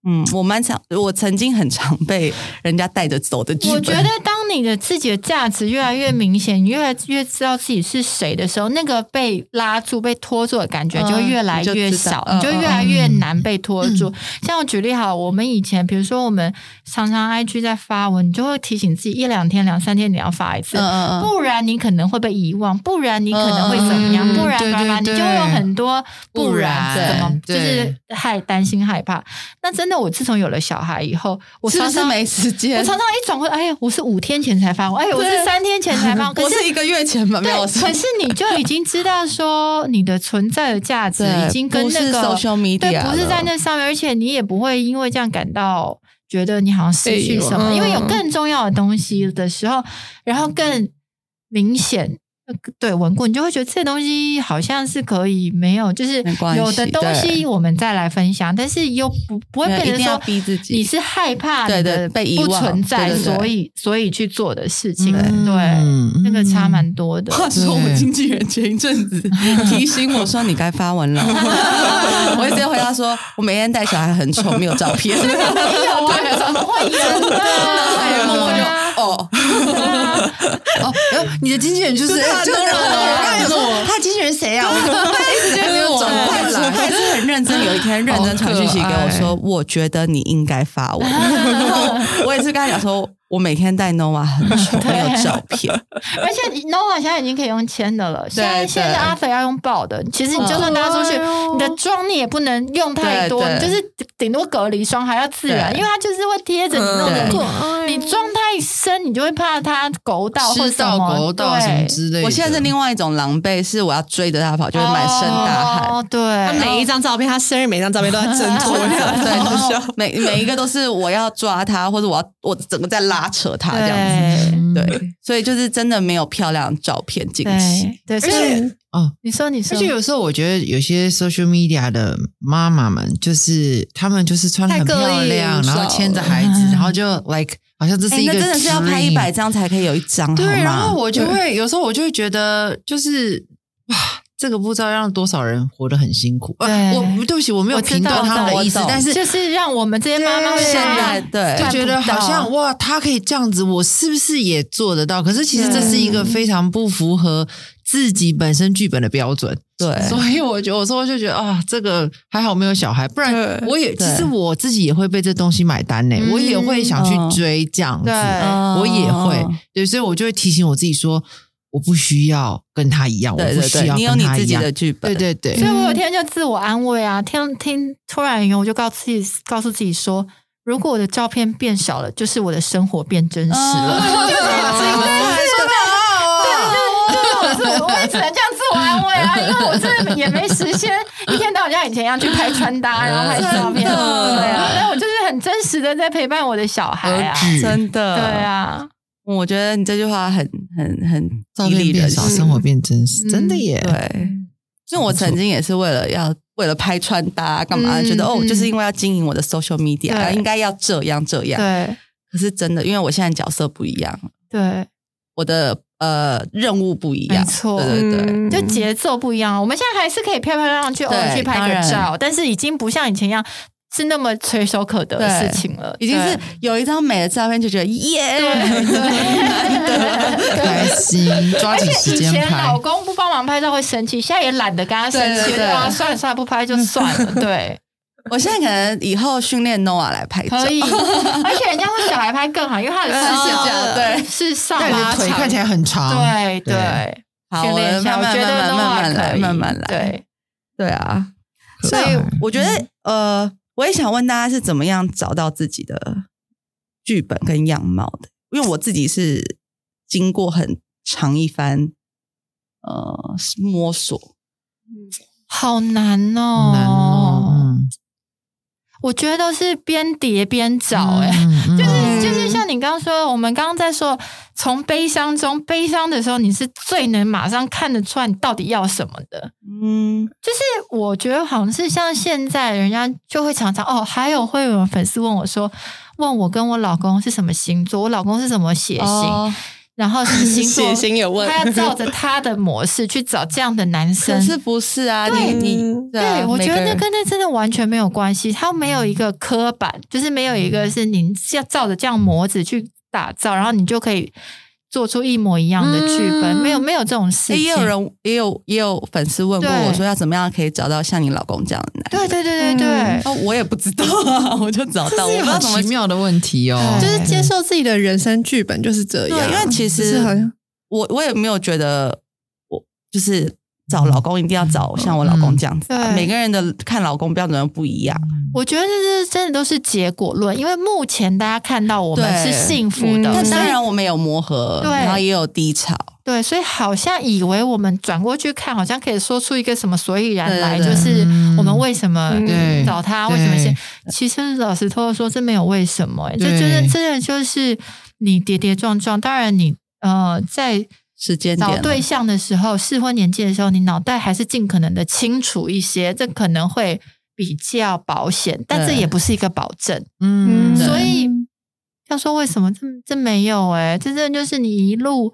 [SPEAKER 2] 嗯，我蛮常，我曾经很常被人家带着走的剧本，
[SPEAKER 3] 我觉得当你的自己的价值越来越明显，你越来越知道自己是谁的时候，那个被拉住、被拖住的感觉
[SPEAKER 2] 嗯
[SPEAKER 3] 就会越来越少，
[SPEAKER 2] 你
[SPEAKER 3] 你
[SPEAKER 2] 就知道
[SPEAKER 3] 就
[SPEAKER 2] 嗯
[SPEAKER 3] 越来越难被拖住。像我举例好，我们以前比如说我们常常 IG 在发文，你就会提醒自己一两天、两三天你要发一次
[SPEAKER 2] 嗯，嗯嗯，
[SPEAKER 3] 不然你可能会被遗忘，不然你可能会怎么
[SPEAKER 1] 嗯
[SPEAKER 3] 样，
[SPEAKER 1] 嗯嗯
[SPEAKER 3] 不然
[SPEAKER 1] 对
[SPEAKER 3] 干嘛，你
[SPEAKER 1] 对
[SPEAKER 3] 就会有很多
[SPEAKER 1] 不
[SPEAKER 3] 不
[SPEAKER 1] 然
[SPEAKER 3] 然怎么，就
[SPEAKER 1] 对
[SPEAKER 3] 是害担心害怕。那真的，我自从有了小孩以后，我
[SPEAKER 2] 是
[SPEAKER 3] 常
[SPEAKER 2] 不是
[SPEAKER 3] 常
[SPEAKER 2] 没时
[SPEAKER 3] 我
[SPEAKER 2] 间？
[SPEAKER 3] 常常一转会，哎呀，我是五天前才发，我哎呀，我是三天前 才发，可
[SPEAKER 2] 我
[SPEAKER 3] 是。
[SPEAKER 2] 是一个月前吧，没
[SPEAKER 3] 对，
[SPEAKER 2] 有，
[SPEAKER 3] 可是你就已经知道说你的存在的价值
[SPEAKER 2] 对
[SPEAKER 3] 已经跟
[SPEAKER 2] 不
[SPEAKER 3] 那
[SPEAKER 2] 是
[SPEAKER 3] 个
[SPEAKER 2] social media
[SPEAKER 3] 对，不是
[SPEAKER 2] 了
[SPEAKER 3] 在那上面，而且你也不会因为这样感到觉得你好像失
[SPEAKER 2] 哎嗯
[SPEAKER 3] 去什么，
[SPEAKER 4] 被遗忘
[SPEAKER 3] 因为有更重要的东西的时候，然后更明显。对稳固，你就会觉得这东西好像是可以没有，就是
[SPEAKER 2] 没关系
[SPEAKER 3] 有的东西我们再来分享，但是又不不会
[SPEAKER 2] 对
[SPEAKER 3] 变
[SPEAKER 2] 一
[SPEAKER 3] 成
[SPEAKER 2] 定要
[SPEAKER 3] 说
[SPEAKER 2] 逼自己
[SPEAKER 3] 你是害怕
[SPEAKER 2] 对
[SPEAKER 3] 你
[SPEAKER 2] 对
[SPEAKER 3] 的
[SPEAKER 2] 被遗
[SPEAKER 3] 不
[SPEAKER 2] 忘
[SPEAKER 3] 存在，
[SPEAKER 2] 对对对
[SPEAKER 3] 所以所以去做的事情，对，
[SPEAKER 1] 嗯
[SPEAKER 3] 那个差蛮多的。
[SPEAKER 2] 话说，我经纪人前一阵子提醒我说：“你该发文 了。”我一直回答说：“我每天带小孩很丑，没有照 片。”
[SPEAKER 3] 没有 啊，怎么会有呢？
[SPEAKER 2] 然后 默默就
[SPEAKER 3] 对啊
[SPEAKER 2] 哦，
[SPEAKER 3] 对啊
[SPEAKER 1] 哦，哎呦你的经纪人就是
[SPEAKER 2] 就是他哦
[SPEAKER 1] 哎就是
[SPEAKER 2] 当然了
[SPEAKER 1] 我刚才有说他经纪人谁啊？
[SPEAKER 2] 一直没有转过来，他也是很认真。有一天认真传讯息给我说：“我觉得你应该发文。”然后我也是跟他讲说：“我每天带 Nova 很 丑，没有照片。
[SPEAKER 3] 而且 Nova 现在已经可以用签的了，现在
[SPEAKER 2] 对哦
[SPEAKER 3] 现在阿肥要用抱的。其实你就算搭出去，
[SPEAKER 4] 哎呦
[SPEAKER 3] 你的妆你也不能用太多，
[SPEAKER 2] 对
[SPEAKER 3] 你就
[SPEAKER 2] 对
[SPEAKER 3] 是顶多隔离霜还要自然，
[SPEAKER 2] 对嗯
[SPEAKER 3] 因为它就是会贴着你弄
[SPEAKER 2] 对
[SPEAKER 3] 的。
[SPEAKER 4] 爱
[SPEAKER 3] 你妆太深，你就会怕它勾到或
[SPEAKER 1] 吃
[SPEAKER 3] 什么
[SPEAKER 1] 到狗到什么
[SPEAKER 3] 对
[SPEAKER 1] 之类”的。
[SPEAKER 2] 我现在是另外一种狼狈，是我要追着他跑，就会满身大汗。
[SPEAKER 3] 哦，对，
[SPEAKER 4] 他每一张照片，他生日每一张照片都在挣脱，
[SPEAKER 2] 对，
[SPEAKER 4] 对
[SPEAKER 2] 然后 每每一个都是我要抓他，或者我要我整个在拉扯他这样子。
[SPEAKER 3] 对
[SPEAKER 1] 嗯
[SPEAKER 2] 对，所以就是真的没有漂亮照片惊喜。
[SPEAKER 3] 嗯对对，所
[SPEAKER 1] 而
[SPEAKER 3] 以
[SPEAKER 1] 且哦，
[SPEAKER 3] 你说你说
[SPEAKER 1] 而且有时候我觉得有些 social media 的妈妈们，就是她们就是穿的很
[SPEAKER 4] 太刻意
[SPEAKER 1] 漂亮，
[SPEAKER 4] 营
[SPEAKER 1] 然
[SPEAKER 4] 造
[SPEAKER 1] 后牵着孩子，然后就 like 好像这
[SPEAKER 2] 嗯哎
[SPEAKER 1] 是一
[SPEAKER 2] 那
[SPEAKER 1] 个
[SPEAKER 2] 真的是要拍
[SPEAKER 1] dream
[SPEAKER 2] 一百张才可以有一张，
[SPEAKER 1] 对，
[SPEAKER 2] 好吗
[SPEAKER 1] 然后我就会有时候我就会觉得就是哇。这个不知道让多少人活得很辛苦。呃
[SPEAKER 3] 对
[SPEAKER 1] 我不对不起，我没有
[SPEAKER 3] 我知道
[SPEAKER 1] 评断他们的意思
[SPEAKER 2] 我，懂
[SPEAKER 1] 但是
[SPEAKER 3] 就是让我们这些妈妈会
[SPEAKER 1] 对
[SPEAKER 2] 现
[SPEAKER 3] 想要
[SPEAKER 2] 在对
[SPEAKER 1] 就觉得好像哇，他可以这样子，我是不是也做得到？可是其实这是一个非常不符合自己本身剧本的标准，
[SPEAKER 2] 对
[SPEAKER 1] 所以我觉得我说就觉得啊，这个还好没有小孩，不然
[SPEAKER 4] 对
[SPEAKER 1] 我也其
[SPEAKER 2] 对
[SPEAKER 1] 实我自己也会被这东西买单呢、
[SPEAKER 3] 嗯
[SPEAKER 1] 我也会想去追这样子，
[SPEAKER 3] 对
[SPEAKER 2] 嗯
[SPEAKER 1] 我也会对，所以我就会提醒我自己说，我不需要跟他一样，我
[SPEAKER 2] 对
[SPEAKER 1] 不
[SPEAKER 2] 对
[SPEAKER 1] 需
[SPEAKER 2] 对，
[SPEAKER 1] 要
[SPEAKER 2] 你有
[SPEAKER 1] 跟
[SPEAKER 2] 你
[SPEAKER 1] 他
[SPEAKER 2] 自
[SPEAKER 1] 一
[SPEAKER 2] 己
[SPEAKER 1] 样
[SPEAKER 2] 的，剧本，
[SPEAKER 1] 对对对
[SPEAKER 3] 所以，我有一天就自我安慰啊，听听突然有一天我就告诉自己，告诉自己说，如果我的照片变少了，就是我的生活变真实了。
[SPEAKER 2] 嗯
[SPEAKER 3] 就是我自我我也只能这样自我安慰啊，因为我真的也没时间一天到晚像以前一样去拍穿搭，然后拍照片，
[SPEAKER 2] 真的
[SPEAKER 3] 对啊，但我就是很真实的在陪伴我的小孩
[SPEAKER 1] 而
[SPEAKER 3] 啊，
[SPEAKER 1] 止，
[SPEAKER 2] 真
[SPEAKER 1] 嗯
[SPEAKER 2] 的。嗯
[SPEAKER 3] 对，啊，
[SPEAKER 2] 我觉得你这句话很很很
[SPEAKER 1] 照
[SPEAKER 2] 激励
[SPEAKER 1] 片变
[SPEAKER 2] 人
[SPEAKER 1] 少，
[SPEAKER 2] 心
[SPEAKER 1] 生活变真实，真的耶。
[SPEAKER 2] 对，因为我曾经也是为了要为了拍穿搭干嘛，
[SPEAKER 3] 嗯
[SPEAKER 2] 觉得哦，
[SPEAKER 3] 嗯
[SPEAKER 2] 就是因为要经营我的 social media，啊
[SPEAKER 3] 对
[SPEAKER 2] 应该要这样这样。
[SPEAKER 3] 对
[SPEAKER 2] 可是真的，因为我现在角色不一样，
[SPEAKER 3] 对，
[SPEAKER 2] 我的呃任务不一样，
[SPEAKER 3] 没错嗯
[SPEAKER 2] 对对对，
[SPEAKER 3] 就节奏不一样。我们现在还是可以漂漂亮亮去偶尔
[SPEAKER 2] 嗯对
[SPEAKER 3] 去拍
[SPEAKER 2] 当
[SPEAKER 3] 个
[SPEAKER 2] 然
[SPEAKER 3] 照，但是已经不像以前一样是那么垂手可得的
[SPEAKER 2] 对
[SPEAKER 3] 事情了，
[SPEAKER 2] 已经是
[SPEAKER 3] 对
[SPEAKER 2] 有一张美的照片就觉得耶，
[SPEAKER 3] 对
[SPEAKER 1] 开心，抓
[SPEAKER 3] 而
[SPEAKER 1] 紧
[SPEAKER 3] 且
[SPEAKER 1] 时
[SPEAKER 3] 以
[SPEAKER 1] 间
[SPEAKER 3] 前
[SPEAKER 1] 拍
[SPEAKER 3] 老。公不帮忙拍照会生气，现在也懒得跟他生
[SPEAKER 2] 对
[SPEAKER 3] 气，
[SPEAKER 2] 对对
[SPEAKER 3] 啊，算了算了，不拍就算 了，对，
[SPEAKER 2] 我现在可能以后训练 Noah 来拍照，
[SPEAKER 3] 可以。而且人家说小孩拍更好，因为他的视
[SPEAKER 2] 是这
[SPEAKER 3] 角
[SPEAKER 2] 样对。
[SPEAKER 3] 是上
[SPEAKER 1] 但你的
[SPEAKER 3] 八
[SPEAKER 1] 腿
[SPEAKER 3] 场，
[SPEAKER 1] 看起来很长，
[SPEAKER 3] 对
[SPEAKER 1] 对
[SPEAKER 3] 对，
[SPEAKER 2] 好，
[SPEAKER 3] 训
[SPEAKER 2] 我
[SPEAKER 3] 练一
[SPEAKER 2] 们慢
[SPEAKER 3] 下，我
[SPEAKER 2] 慢
[SPEAKER 3] 觉得
[SPEAKER 2] 慢慢慢
[SPEAKER 3] Nova
[SPEAKER 2] 慢来，
[SPEAKER 3] 可以
[SPEAKER 2] 慢慢来，
[SPEAKER 3] 对，哎
[SPEAKER 2] 对啊，
[SPEAKER 1] 可
[SPEAKER 2] 所以
[SPEAKER 1] 爱
[SPEAKER 2] 我觉得呃，我也想问大家是怎么样找到自己的剧本跟样貌的，因为我自己是经过很长一番呃摸索，
[SPEAKER 3] 好难
[SPEAKER 1] 好难哦，
[SPEAKER 3] 哦，
[SPEAKER 1] 嗯，
[SPEAKER 3] 我觉得都是边叠边找，
[SPEAKER 2] 哦
[SPEAKER 3] 哎。
[SPEAKER 1] 嗯，
[SPEAKER 3] 就是
[SPEAKER 1] 嗯
[SPEAKER 3] 就是像你刚刚说，我们刚刚在说，从悲伤中悲伤的时候，你是最能马上看得出来你到底要什么的。
[SPEAKER 2] 嗯，
[SPEAKER 3] 就是我觉得好像是像现在人家就会常常哦，还有会有粉丝问我说，问我跟我老公是什么星座，我老公是什么血型，
[SPEAKER 2] 哦
[SPEAKER 3] 然后什么星座，
[SPEAKER 4] 血型有问
[SPEAKER 3] 他要照着他的模式去找这样的男
[SPEAKER 2] 可
[SPEAKER 3] 生。
[SPEAKER 2] 是不是啊？你
[SPEAKER 4] 对
[SPEAKER 2] 你啊
[SPEAKER 3] 对，我
[SPEAKER 2] 每
[SPEAKER 3] 觉
[SPEAKER 2] 个
[SPEAKER 3] 得那
[SPEAKER 2] 人嗯
[SPEAKER 3] 跟那真的完全没有关系，它没有一个刻板，就是没有一个是您要照着这样模子去打造，然后你就可以做出一模一样的剧本，
[SPEAKER 4] 嗯
[SPEAKER 3] 没有没有这种事
[SPEAKER 2] 诶
[SPEAKER 3] 情。
[SPEAKER 2] 也有人也有也有粉丝问过
[SPEAKER 3] 对
[SPEAKER 2] 我说，要怎么样可以找到像你老公这样的男人？
[SPEAKER 3] 对对对对对，
[SPEAKER 4] 嗯
[SPEAKER 2] 哦，我也不知道啊，我就找
[SPEAKER 1] 这
[SPEAKER 2] 到，我
[SPEAKER 1] 是一个
[SPEAKER 2] 不知道
[SPEAKER 1] 很
[SPEAKER 2] 怎么
[SPEAKER 1] 奇妙的问题哦，
[SPEAKER 4] 就是接受自己的人生剧本就是这样。
[SPEAKER 2] 对啊因为其实
[SPEAKER 4] 就是好像
[SPEAKER 2] 我我也没有觉得我就是找老公一定要找像我老公这样子啊、
[SPEAKER 3] 嗯对
[SPEAKER 2] 每个人的看老公标准又不一样。
[SPEAKER 1] 嗯
[SPEAKER 3] 我觉得这是真的都是结果论，因为目前大家看到我们是
[SPEAKER 2] 对
[SPEAKER 3] 幸福的，
[SPEAKER 4] 嗯
[SPEAKER 2] 但
[SPEAKER 3] 但
[SPEAKER 2] 当然我们有磨合，
[SPEAKER 3] 对
[SPEAKER 2] 然后也有低潮，
[SPEAKER 3] 对，所以好像以为我们转过去看，好像可以说出一个什么所以然来，
[SPEAKER 2] 对对对
[SPEAKER 3] 就是
[SPEAKER 1] 嗯
[SPEAKER 3] 我们为什么
[SPEAKER 1] 对
[SPEAKER 3] 找他，为什么
[SPEAKER 1] 对
[SPEAKER 3] 先？其实老实偷偷说，这没有为什么、欸，这
[SPEAKER 1] 对
[SPEAKER 3] 真的真的就是你跌跌撞撞。当然你呃在
[SPEAKER 2] 时间点
[SPEAKER 3] 找
[SPEAKER 2] 了
[SPEAKER 3] 对象的时候，适婚年纪的时候，你脑袋还是尽可能的清楚一些，这可能会比较保险，但这
[SPEAKER 2] 对
[SPEAKER 3] 也不是一个保证。
[SPEAKER 1] 嗯，
[SPEAKER 2] 对
[SPEAKER 3] 所以要说为什么这这没有哎、这真的就是你一路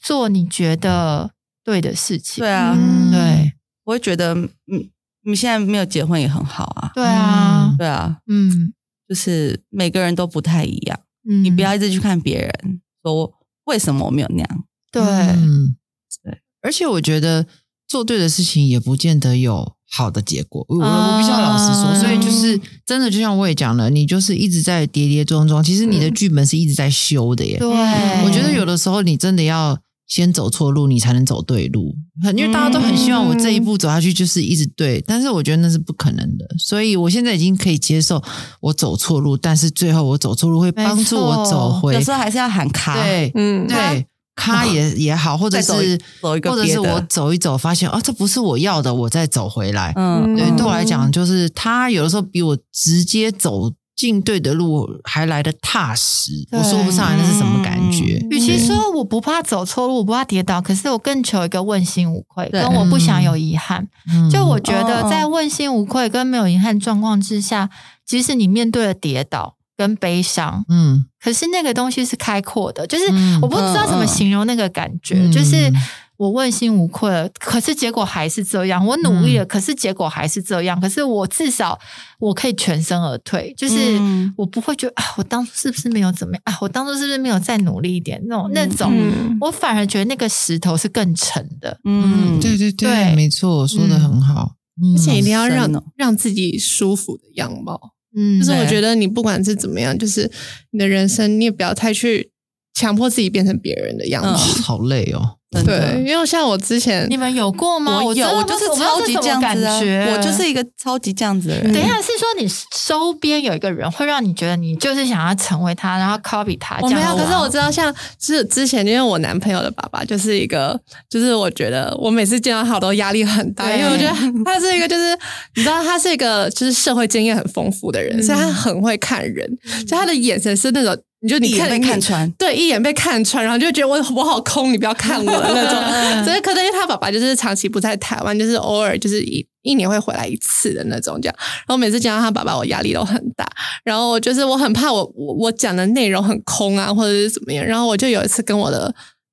[SPEAKER 3] 做你觉得对的事情。
[SPEAKER 2] 对啊，
[SPEAKER 4] 嗯
[SPEAKER 3] 对
[SPEAKER 2] 我会觉得，嗯，你现在没有结婚也很好啊，
[SPEAKER 3] 对啊，
[SPEAKER 2] 对啊，
[SPEAKER 3] 嗯
[SPEAKER 2] 就是每个人都不太一样，
[SPEAKER 3] 嗯，
[SPEAKER 2] 你不要一直去看别人说为什么我没有那样，
[SPEAKER 3] 对
[SPEAKER 1] 嗯
[SPEAKER 2] 对，
[SPEAKER 1] 而且我觉得做对的事情也不见得有好的结果。我我
[SPEAKER 3] 啊
[SPEAKER 1] 我必须要老实说，所以就是真的，就像我也讲了，你就是一直在跌跌撞撞，其实你的剧本是一直在修的耶。
[SPEAKER 3] 对，
[SPEAKER 1] 嗯我觉得有的时候你真的要先走错路，你才能走对路。很因为大家都很希望我这一步走下去就是一直对，但是我觉得那是不可能的。所以我现在已经可以接受我走错路，但是最后我走错路会帮助我走回
[SPEAKER 2] 有时候还是要喊卡，
[SPEAKER 1] 对，
[SPEAKER 4] 嗯，
[SPEAKER 1] 对，咖也也好，或者
[SPEAKER 2] 嗯再走
[SPEAKER 1] 是
[SPEAKER 2] 走一个
[SPEAKER 1] 或者
[SPEAKER 2] 别
[SPEAKER 1] 是
[SPEAKER 2] 的
[SPEAKER 1] 我走一走，发现啊，这不是我要的，我再走回来。
[SPEAKER 2] 嗯，
[SPEAKER 1] 对，
[SPEAKER 4] 嗯
[SPEAKER 1] 对我来讲，就是他有的时候比我直接走进对的路还来的踏实。
[SPEAKER 3] 对
[SPEAKER 1] 我说不上来那是什么感觉
[SPEAKER 2] 嗯。
[SPEAKER 3] 与其说我不怕走错路，我不怕跌倒，可是我更求一个问心无愧，
[SPEAKER 2] 对
[SPEAKER 3] 跟我不想有遗憾。
[SPEAKER 1] 嗯
[SPEAKER 3] 就我觉得，
[SPEAKER 2] 哦
[SPEAKER 3] 在问心无愧跟没有遗憾状况之下，即使你面对了跌倒跟悲伤，
[SPEAKER 1] 嗯，
[SPEAKER 3] 可是那个东西是开阔的，就是
[SPEAKER 1] 嗯
[SPEAKER 3] 我不知道怎么形容那个感觉，
[SPEAKER 1] 嗯
[SPEAKER 3] 就是我问心无愧了，可是结果还是这样，我努
[SPEAKER 2] 嗯
[SPEAKER 3] 力了，可是结果还是这样，可是我至少我可以全身而退，就是
[SPEAKER 2] 嗯
[SPEAKER 3] 我不会觉得啊，我当初是不是没有怎么样啊，我当初是不是没有再努力一点那种那种，
[SPEAKER 4] 嗯
[SPEAKER 3] 我反而觉得那个石头是更沉的，
[SPEAKER 1] 嗯，对对
[SPEAKER 3] 对
[SPEAKER 1] 对，没错，说的很好。嗯
[SPEAKER 4] 而且一定要让
[SPEAKER 2] 深哦
[SPEAKER 4] 让自己舒服的样貌，
[SPEAKER 3] 嗯，
[SPEAKER 4] 就是我
[SPEAKER 2] 对
[SPEAKER 4] 觉得你不管是怎么样，就是你的人生，你也不要太去强迫自己变成别人的样
[SPEAKER 1] 哦
[SPEAKER 4] 子。
[SPEAKER 1] 好累哦。
[SPEAKER 2] 真的
[SPEAKER 4] 对，因为像我之前
[SPEAKER 3] 你们有过吗？
[SPEAKER 2] 我有，
[SPEAKER 3] 真的
[SPEAKER 2] 我
[SPEAKER 3] 不
[SPEAKER 2] 就是
[SPEAKER 3] 知道
[SPEAKER 2] 超级
[SPEAKER 3] 是
[SPEAKER 2] 这
[SPEAKER 3] 什么
[SPEAKER 2] 样
[SPEAKER 3] 感
[SPEAKER 2] 子啊，
[SPEAKER 3] 觉
[SPEAKER 2] 我就是一个超级这样子的人。
[SPEAKER 4] 嗯
[SPEAKER 3] 等一下，是说你周边有一个人会让你觉得你就是想要成为他，然后 copy 他？
[SPEAKER 4] 我
[SPEAKER 3] 这
[SPEAKER 4] 没
[SPEAKER 3] 样
[SPEAKER 4] 有，可是
[SPEAKER 3] 吗
[SPEAKER 4] 我知道，像是之前，因为我男朋友的爸爸就是一个，就是我觉得我每次见到他我都压力很大，
[SPEAKER 3] 对
[SPEAKER 4] 因为我觉得他是一个，就是你知道他是一个就是社会经验很丰富的人，
[SPEAKER 3] 嗯
[SPEAKER 4] 所以他很会看人，就他的眼神是那种，你就你
[SPEAKER 2] 一眼
[SPEAKER 4] 看
[SPEAKER 2] 被看穿，
[SPEAKER 4] 对，一眼被看穿，然后就觉得我我好空，你不要看我的那种。所以可能因为他爸爸就是长期不在台湾，就是偶尔就是一一年会回来一次的那种这样。然后每次见到他爸爸，我压力都很大。然后我就是我很怕我我我讲的内容很空啊，或者是怎么样。然后我就有一次跟我的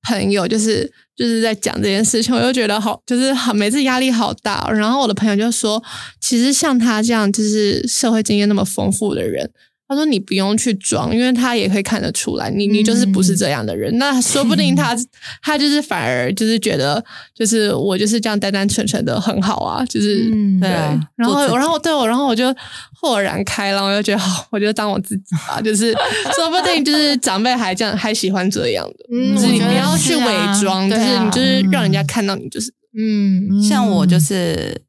[SPEAKER 4] 朋友就是就是在讲这件事情，我就觉得好就是很每次压力好大哦。然后我的朋友就说，其实像他这样就是社会经验那么丰富的人，他说：“你不用去装，因为他也可以看得出来，你你就是不是这样的人。那说不定他他就是反而就是觉得，就是我就是这样单单纯纯的很好啊，就是、
[SPEAKER 3] 嗯
[SPEAKER 2] 对啊
[SPEAKER 4] 然
[SPEAKER 2] 做自己
[SPEAKER 4] 后，然后对我，然后我就豁然开朗，我就觉得好，我就当我自己吧，就是说不定就是长辈还这样，还喜欢这样的，
[SPEAKER 3] 嗯，
[SPEAKER 4] 就是
[SPEAKER 3] 我
[SPEAKER 4] 你
[SPEAKER 3] 觉
[SPEAKER 4] 不
[SPEAKER 3] 得
[SPEAKER 4] 要去
[SPEAKER 3] 是啊
[SPEAKER 4] 伪装，就
[SPEAKER 3] 对
[SPEAKER 4] 是
[SPEAKER 3] 啊
[SPEAKER 4] 你就是
[SPEAKER 1] 嗯
[SPEAKER 4] 让人家看到你就是
[SPEAKER 3] 嗯
[SPEAKER 1] 嗯
[SPEAKER 2] 像我就是，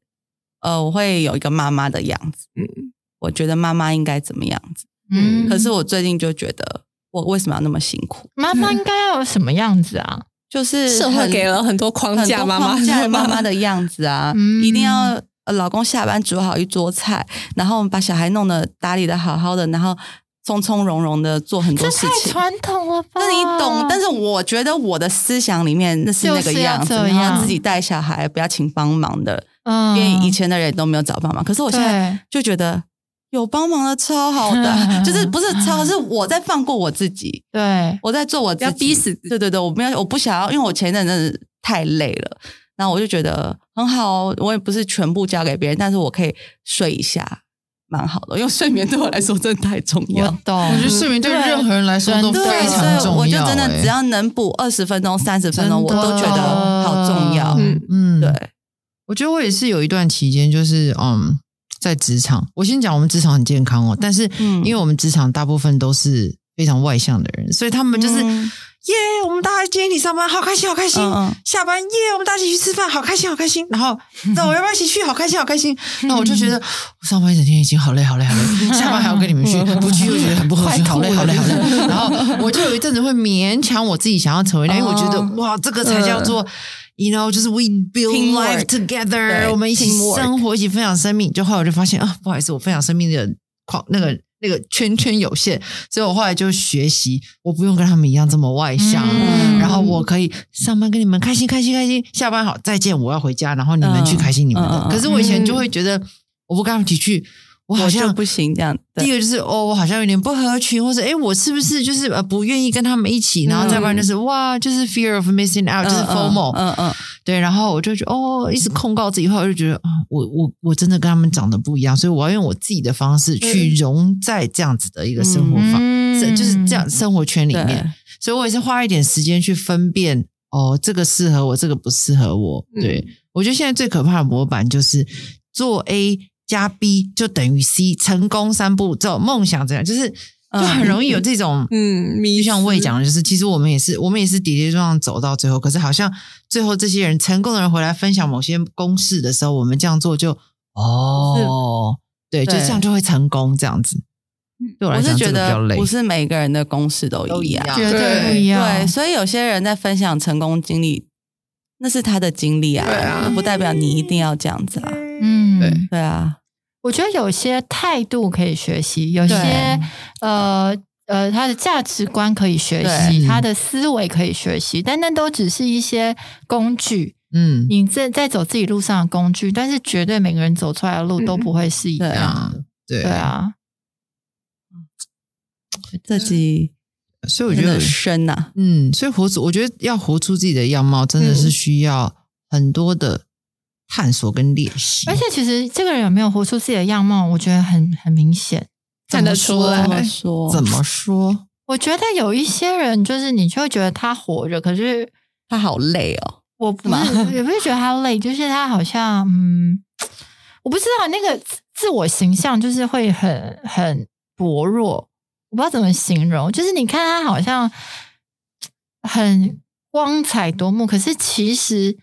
[SPEAKER 2] 呃，我会有一个妈妈的样子，嗯，我觉得妈妈应该怎么样子。
[SPEAKER 3] 嗯，
[SPEAKER 2] 可是我最近就觉得，我为什么要那么辛苦？
[SPEAKER 3] 妈妈应该要有什么样子啊？
[SPEAKER 2] 就是
[SPEAKER 4] 社会
[SPEAKER 2] 很
[SPEAKER 4] 给了很多框
[SPEAKER 2] 很
[SPEAKER 4] 架，
[SPEAKER 2] 多
[SPEAKER 4] 妈妈
[SPEAKER 2] 框架
[SPEAKER 4] 是
[SPEAKER 2] 妈
[SPEAKER 4] 吧
[SPEAKER 2] 妈的样子啊，
[SPEAKER 3] 嗯
[SPEAKER 2] 一定要。呃老公下班煮好一桌菜，然后我们把小孩弄得打理的好好的，然后从从容容的做很多
[SPEAKER 3] 这
[SPEAKER 2] 事
[SPEAKER 3] 太
[SPEAKER 2] 情。
[SPEAKER 3] 传统了吧？
[SPEAKER 2] 那你懂，但是我觉得我的思想里面那是那个样子，
[SPEAKER 3] 就是要这样
[SPEAKER 2] 然后自己带小孩，不要请帮忙的，因
[SPEAKER 3] 嗯
[SPEAKER 2] 为以前的人都没有找帮忙。可是我现在就
[SPEAKER 3] 对，
[SPEAKER 2] 觉得有帮忙的超好的 就是不是超，是我在放过我自己，
[SPEAKER 3] 对，
[SPEAKER 2] 我在做我自己，
[SPEAKER 4] 不要逼死自己
[SPEAKER 2] 对对对，我没有，我不想要，因为我前一阵真的太累了，然后我就觉得很好哦，我也不是全部交给别人，但是我可以睡一下，蛮好的，因为睡眠对我来说真的太重要
[SPEAKER 3] 我。懂。
[SPEAKER 1] 我觉得睡眠对
[SPEAKER 2] 对
[SPEAKER 1] 任何人来说都
[SPEAKER 3] 真的
[SPEAKER 1] 非
[SPEAKER 2] 对，所
[SPEAKER 1] 常
[SPEAKER 2] 以我
[SPEAKER 1] 重
[SPEAKER 2] 就
[SPEAKER 1] 要。
[SPEAKER 2] 真的
[SPEAKER 1] 哎
[SPEAKER 2] 只要能补二十分钟、三十分钟，我
[SPEAKER 1] 真的
[SPEAKER 2] 都觉得好重要。
[SPEAKER 1] 嗯
[SPEAKER 4] 嗯
[SPEAKER 1] 嗯，
[SPEAKER 2] 对，
[SPEAKER 1] 我觉得我也是有一段期间，就是嗯，在职场，我先讲我们职场很健康哦，但是
[SPEAKER 2] 嗯
[SPEAKER 1] 因为我们职场大部分都是非常外向的人，所以他们就是、
[SPEAKER 2] 嗯
[SPEAKER 1] 耶，我们大家今天一起上班，好开心，好开心。
[SPEAKER 2] 嗯嗯
[SPEAKER 1] 下班耶我们大家一起去吃饭，好开心，好开心。然后，那我要不要一起去？好开心，好开 心。那我就觉得我上班一整天已经好累，好累，好累。下班还要跟你们去，
[SPEAKER 2] 嗯
[SPEAKER 1] 不去又觉得很不合 群，好累，好累，好累。然后我就有一阵子会勉强我自己想要成为那样，因为我觉得
[SPEAKER 2] 哦
[SPEAKER 1] 哇，这个才叫做。You know，就是 we build life
[SPEAKER 2] Teamwork
[SPEAKER 1] together，
[SPEAKER 2] 对
[SPEAKER 1] 我们一起
[SPEAKER 2] teamwork
[SPEAKER 1] 生活，一起分享生命。就后来我就发现啊，不好意思，我分享生命的框那个那个圈圈有限，所以我后来就学习，我不用跟他们一样这么外向，
[SPEAKER 3] 嗯
[SPEAKER 1] 然后我可以上班跟你们开心开心开心，下班好再见，我要回家，然后你们去开心你们的。
[SPEAKER 2] 嗯嗯嗯
[SPEAKER 1] 可是我以前就会觉得，我不跟他们一起去，我好
[SPEAKER 2] 我就
[SPEAKER 1] 像
[SPEAKER 2] 不行这样。
[SPEAKER 1] 第一
[SPEAKER 2] 对
[SPEAKER 1] 个就是哦，我好像有点不合群，或者诶，我是不是就是呃不愿意跟他们一起？然后再不然就是、哇，就是 fear of missing out，、就是啊
[SPEAKER 2] 嗯
[SPEAKER 1] FOMO，、
[SPEAKER 2] 嗯嗯，
[SPEAKER 1] 对。然后我就觉得哦，一直控告自己，后来我就觉得啊，我我我真的跟他们长得不一样，所以我要用我自己的方式
[SPEAKER 2] 嗯
[SPEAKER 1] 去融在这样子的一个生活方，
[SPEAKER 3] 嗯
[SPEAKER 1] 是就是这样生活圈里
[SPEAKER 2] 对
[SPEAKER 1] 面。所以我也是花一点时间去分辨哦，这个适合我，这个不适合我。
[SPEAKER 2] 嗯
[SPEAKER 1] 对、我觉得现在最可怕的模板就是做 A 加 B 就等于 C，成功三步骤，梦想怎样，就是就
[SPEAKER 2] 嗯
[SPEAKER 1] 很容易有这种。
[SPEAKER 4] 嗯，迷
[SPEAKER 1] 就像
[SPEAKER 4] 思
[SPEAKER 1] 魏讲的，就是其实我们也是，我们也是跌跌撞撞走到最后，可是好像最后这些人成功的人回来分享某些公式的时候，我们这样做就哦，对，就
[SPEAKER 2] 对嗯
[SPEAKER 1] 这样就会成功，这样子。对我来
[SPEAKER 2] 我是
[SPEAKER 1] 讲，
[SPEAKER 2] 觉
[SPEAKER 1] 这个比
[SPEAKER 2] 得
[SPEAKER 1] 较累
[SPEAKER 2] 不是每个人的公式都
[SPEAKER 1] 都
[SPEAKER 2] 一
[SPEAKER 1] 一
[SPEAKER 2] 样
[SPEAKER 1] 样。
[SPEAKER 3] 绝对
[SPEAKER 4] 对
[SPEAKER 3] 不一样。
[SPEAKER 2] 对，所以有些人在分享成功经历，那是他的经历啊，
[SPEAKER 4] 对啊
[SPEAKER 2] 不代表你一定要这样子啊。
[SPEAKER 3] 嗯，
[SPEAKER 1] 对
[SPEAKER 2] 对啊，
[SPEAKER 3] 我觉得有些态度可以学习，有些
[SPEAKER 2] 对
[SPEAKER 3] 呃呃，他的价值观可以学习，
[SPEAKER 1] 对
[SPEAKER 3] 他的思维可以学习，但那都只是一些工具，
[SPEAKER 1] 嗯，
[SPEAKER 3] 你在在走自己路上的工具，但是绝对每个人走出来的路都不会是一
[SPEAKER 2] 对
[SPEAKER 3] 样。
[SPEAKER 1] 啊，对
[SPEAKER 3] 对，啊，
[SPEAKER 2] 自己
[SPEAKER 1] 所以我
[SPEAKER 2] 真
[SPEAKER 1] 觉
[SPEAKER 2] 的
[SPEAKER 1] 得
[SPEAKER 2] 很，深呐、啊，
[SPEAKER 1] 嗯，所以活出，我觉得要活出自己的样貌，真的
[SPEAKER 2] 嗯
[SPEAKER 1] 是需要很多的探索跟练习，
[SPEAKER 3] 而且其实这个人有没有活出自己的样貌，我觉得很很明显。
[SPEAKER 4] 看得出来
[SPEAKER 2] 怎么说？
[SPEAKER 1] 怎么说？
[SPEAKER 3] 我觉得有一些人，就是你就会觉得他活着，可是
[SPEAKER 2] 他好累哦。
[SPEAKER 3] 我不
[SPEAKER 2] 吗
[SPEAKER 3] 是，也不是觉得他累，就是他好像，嗯，我不知道那个自自我形象就是会很很薄弱，我不知道怎么形容。就是你看他好像很光彩夺目，可是其实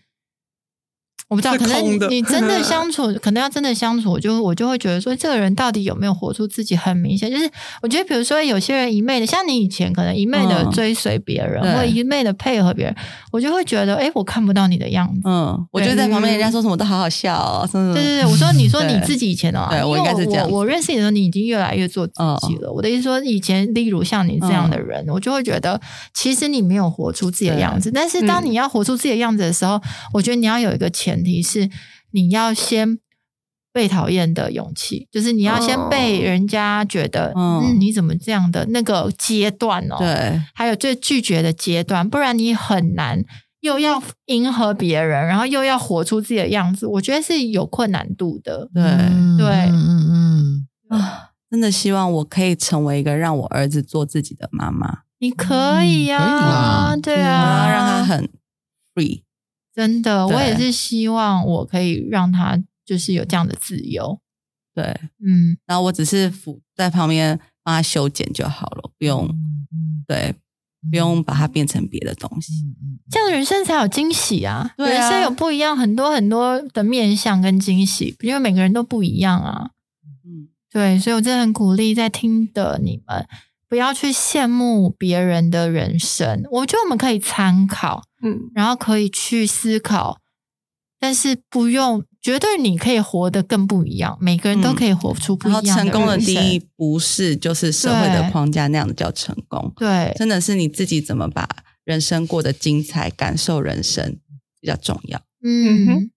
[SPEAKER 3] 我不知道，
[SPEAKER 4] 是
[SPEAKER 3] 可能
[SPEAKER 4] 空的
[SPEAKER 3] 你真的相处，可能要真的相处，我就我就会觉得说，这个人到底有没有活出自己，很明显。就是我觉得，比如说有些人一昧的，像你以前可能一昧的
[SPEAKER 2] 嗯
[SPEAKER 3] 追随别人，
[SPEAKER 2] 对
[SPEAKER 3] 或一昧的配合别人。我就会觉得，哎、我看不到你的样子。
[SPEAKER 2] 嗯，我就在旁边，人家说什么都好好笑哦，真的。
[SPEAKER 3] 对对对，我说你说
[SPEAKER 2] 对
[SPEAKER 3] 你自己以前的、啊，
[SPEAKER 2] 对
[SPEAKER 3] 因为
[SPEAKER 2] 我应该是这样嗯子
[SPEAKER 3] 我我认识你的时候，你已经越来越做自己了。我的意思说，以前例如像你这样的人，我就会觉得，其实你没有活出自己的样子。但
[SPEAKER 2] 嗯
[SPEAKER 3] 是当你要活出自己的样子的时候，我觉得你要有一个前提是，你要先被讨厌的勇气，就是你要先被人家觉得，
[SPEAKER 2] 哦嗯
[SPEAKER 3] 嗯，你怎么这样的那个阶段哦，
[SPEAKER 2] 对
[SPEAKER 3] 还有最拒绝的阶段，不然你很难又要迎合别人，然后又要活出自己的样子，我觉得是有困难度的。
[SPEAKER 2] 对
[SPEAKER 1] 嗯
[SPEAKER 3] 对
[SPEAKER 1] 嗯嗯
[SPEAKER 2] 啊，真的希望我可以成为一个让我儿子做自己的妈妈，
[SPEAKER 3] 你可以呀、
[SPEAKER 1] 嗯可以啦
[SPEAKER 3] 对
[SPEAKER 2] 然
[SPEAKER 3] 啊，
[SPEAKER 2] 嗯后让他很 free。
[SPEAKER 3] 真的，
[SPEAKER 2] 对
[SPEAKER 3] 我也是希望我可以让他就是有这样的自由。
[SPEAKER 2] 对，
[SPEAKER 3] 嗯，
[SPEAKER 2] 然后我只是辅在旁边帮他修剪就好了，不用
[SPEAKER 1] 嗯嗯，
[SPEAKER 2] 对，不用把它变成别的东西。
[SPEAKER 1] 嗯嗯
[SPEAKER 3] 这样人生才有惊喜啊！
[SPEAKER 2] 对啊
[SPEAKER 3] 人生有不一样，很多很多的面向跟惊喜，因为每个人都不一样啊。
[SPEAKER 2] 嗯，
[SPEAKER 3] 对，所以我真的很鼓励在听的你们，不要去羡慕别人的人生。我觉得我们可以参考，
[SPEAKER 4] 嗯，
[SPEAKER 3] 然后可以去思考，但是不用，绝对你可以活得更不一样。每个人都
[SPEAKER 2] 嗯
[SPEAKER 3] 可以活出不一
[SPEAKER 2] 然后
[SPEAKER 3] 样
[SPEAKER 2] 成功的
[SPEAKER 3] 人生
[SPEAKER 2] 定义，不是就是社会的
[SPEAKER 3] 对
[SPEAKER 2] 框架那样的叫成功，
[SPEAKER 3] 对
[SPEAKER 2] 真的是你自己怎么把人生过得精彩，感受人生比较重要。
[SPEAKER 4] 嗯
[SPEAKER 3] 嗯
[SPEAKER 4] 哼，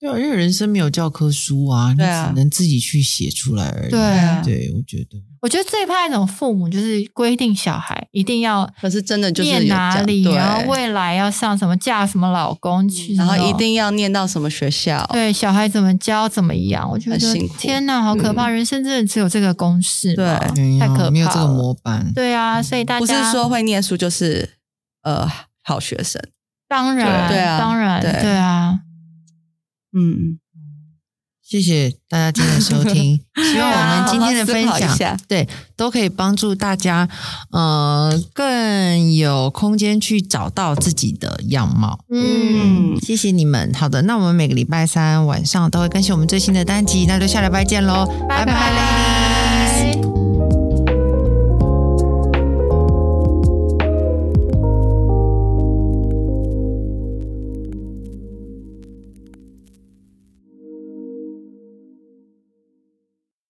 [SPEAKER 1] 对啊，因为人生没有教科书啊，你
[SPEAKER 2] 对啊
[SPEAKER 1] 只能自己去写出来而已。
[SPEAKER 3] 对啊
[SPEAKER 1] 对我觉得，
[SPEAKER 3] 我觉得最怕那种父母就是规定小孩一定要
[SPEAKER 2] 可是真的就是有
[SPEAKER 3] 念哪
[SPEAKER 2] 讲
[SPEAKER 3] 里，
[SPEAKER 2] 对嗯
[SPEAKER 3] 然后未来要上什么嫁什么老公去，
[SPEAKER 2] 然后一。定要念到什么学校，
[SPEAKER 3] 对小孩怎么教怎么养，我觉
[SPEAKER 2] 哦很
[SPEAKER 3] 得
[SPEAKER 2] 辛苦嗯
[SPEAKER 3] 天哪，好可怕！人生真的只有这个公式吗，
[SPEAKER 1] 哎呀
[SPEAKER 3] 太可怕
[SPEAKER 1] 没有这个
[SPEAKER 3] 了
[SPEAKER 1] 模板。
[SPEAKER 3] 对啊，所以大
[SPEAKER 2] 嗯
[SPEAKER 3] 家
[SPEAKER 2] 不是说会念书就是呃好学生。
[SPEAKER 3] 当然
[SPEAKER 2] 对啊
[SPEAKER 3] 当然
[SPEAKER 2] 对
[SPEAKER 3] 对啊，
[SPEAKER 2] 嗯，
[SPEAKER 1] 谢谢大家今天的收听，希望我们今天的分
[SPEAKER 2] 啊好好思考
[SPEAKER 1] 享
[SPEAKER 2] 一下
[SPEAKER 1] 对，都可以帮助大家，呃，更有空间去找到自己的样貌。
[SPEAKER 3] 嗯，
[SPEAKER 2] 嗯
[SPEAKER 1] 谢谢你们。好的，那我们每个礼拜三晚上都会更新我们最新的单集，那就下礼拜见喽，
[SPEAKER 3] 拜
[SPEAKER 1] 拜拜
[SPEAKER 3] 拜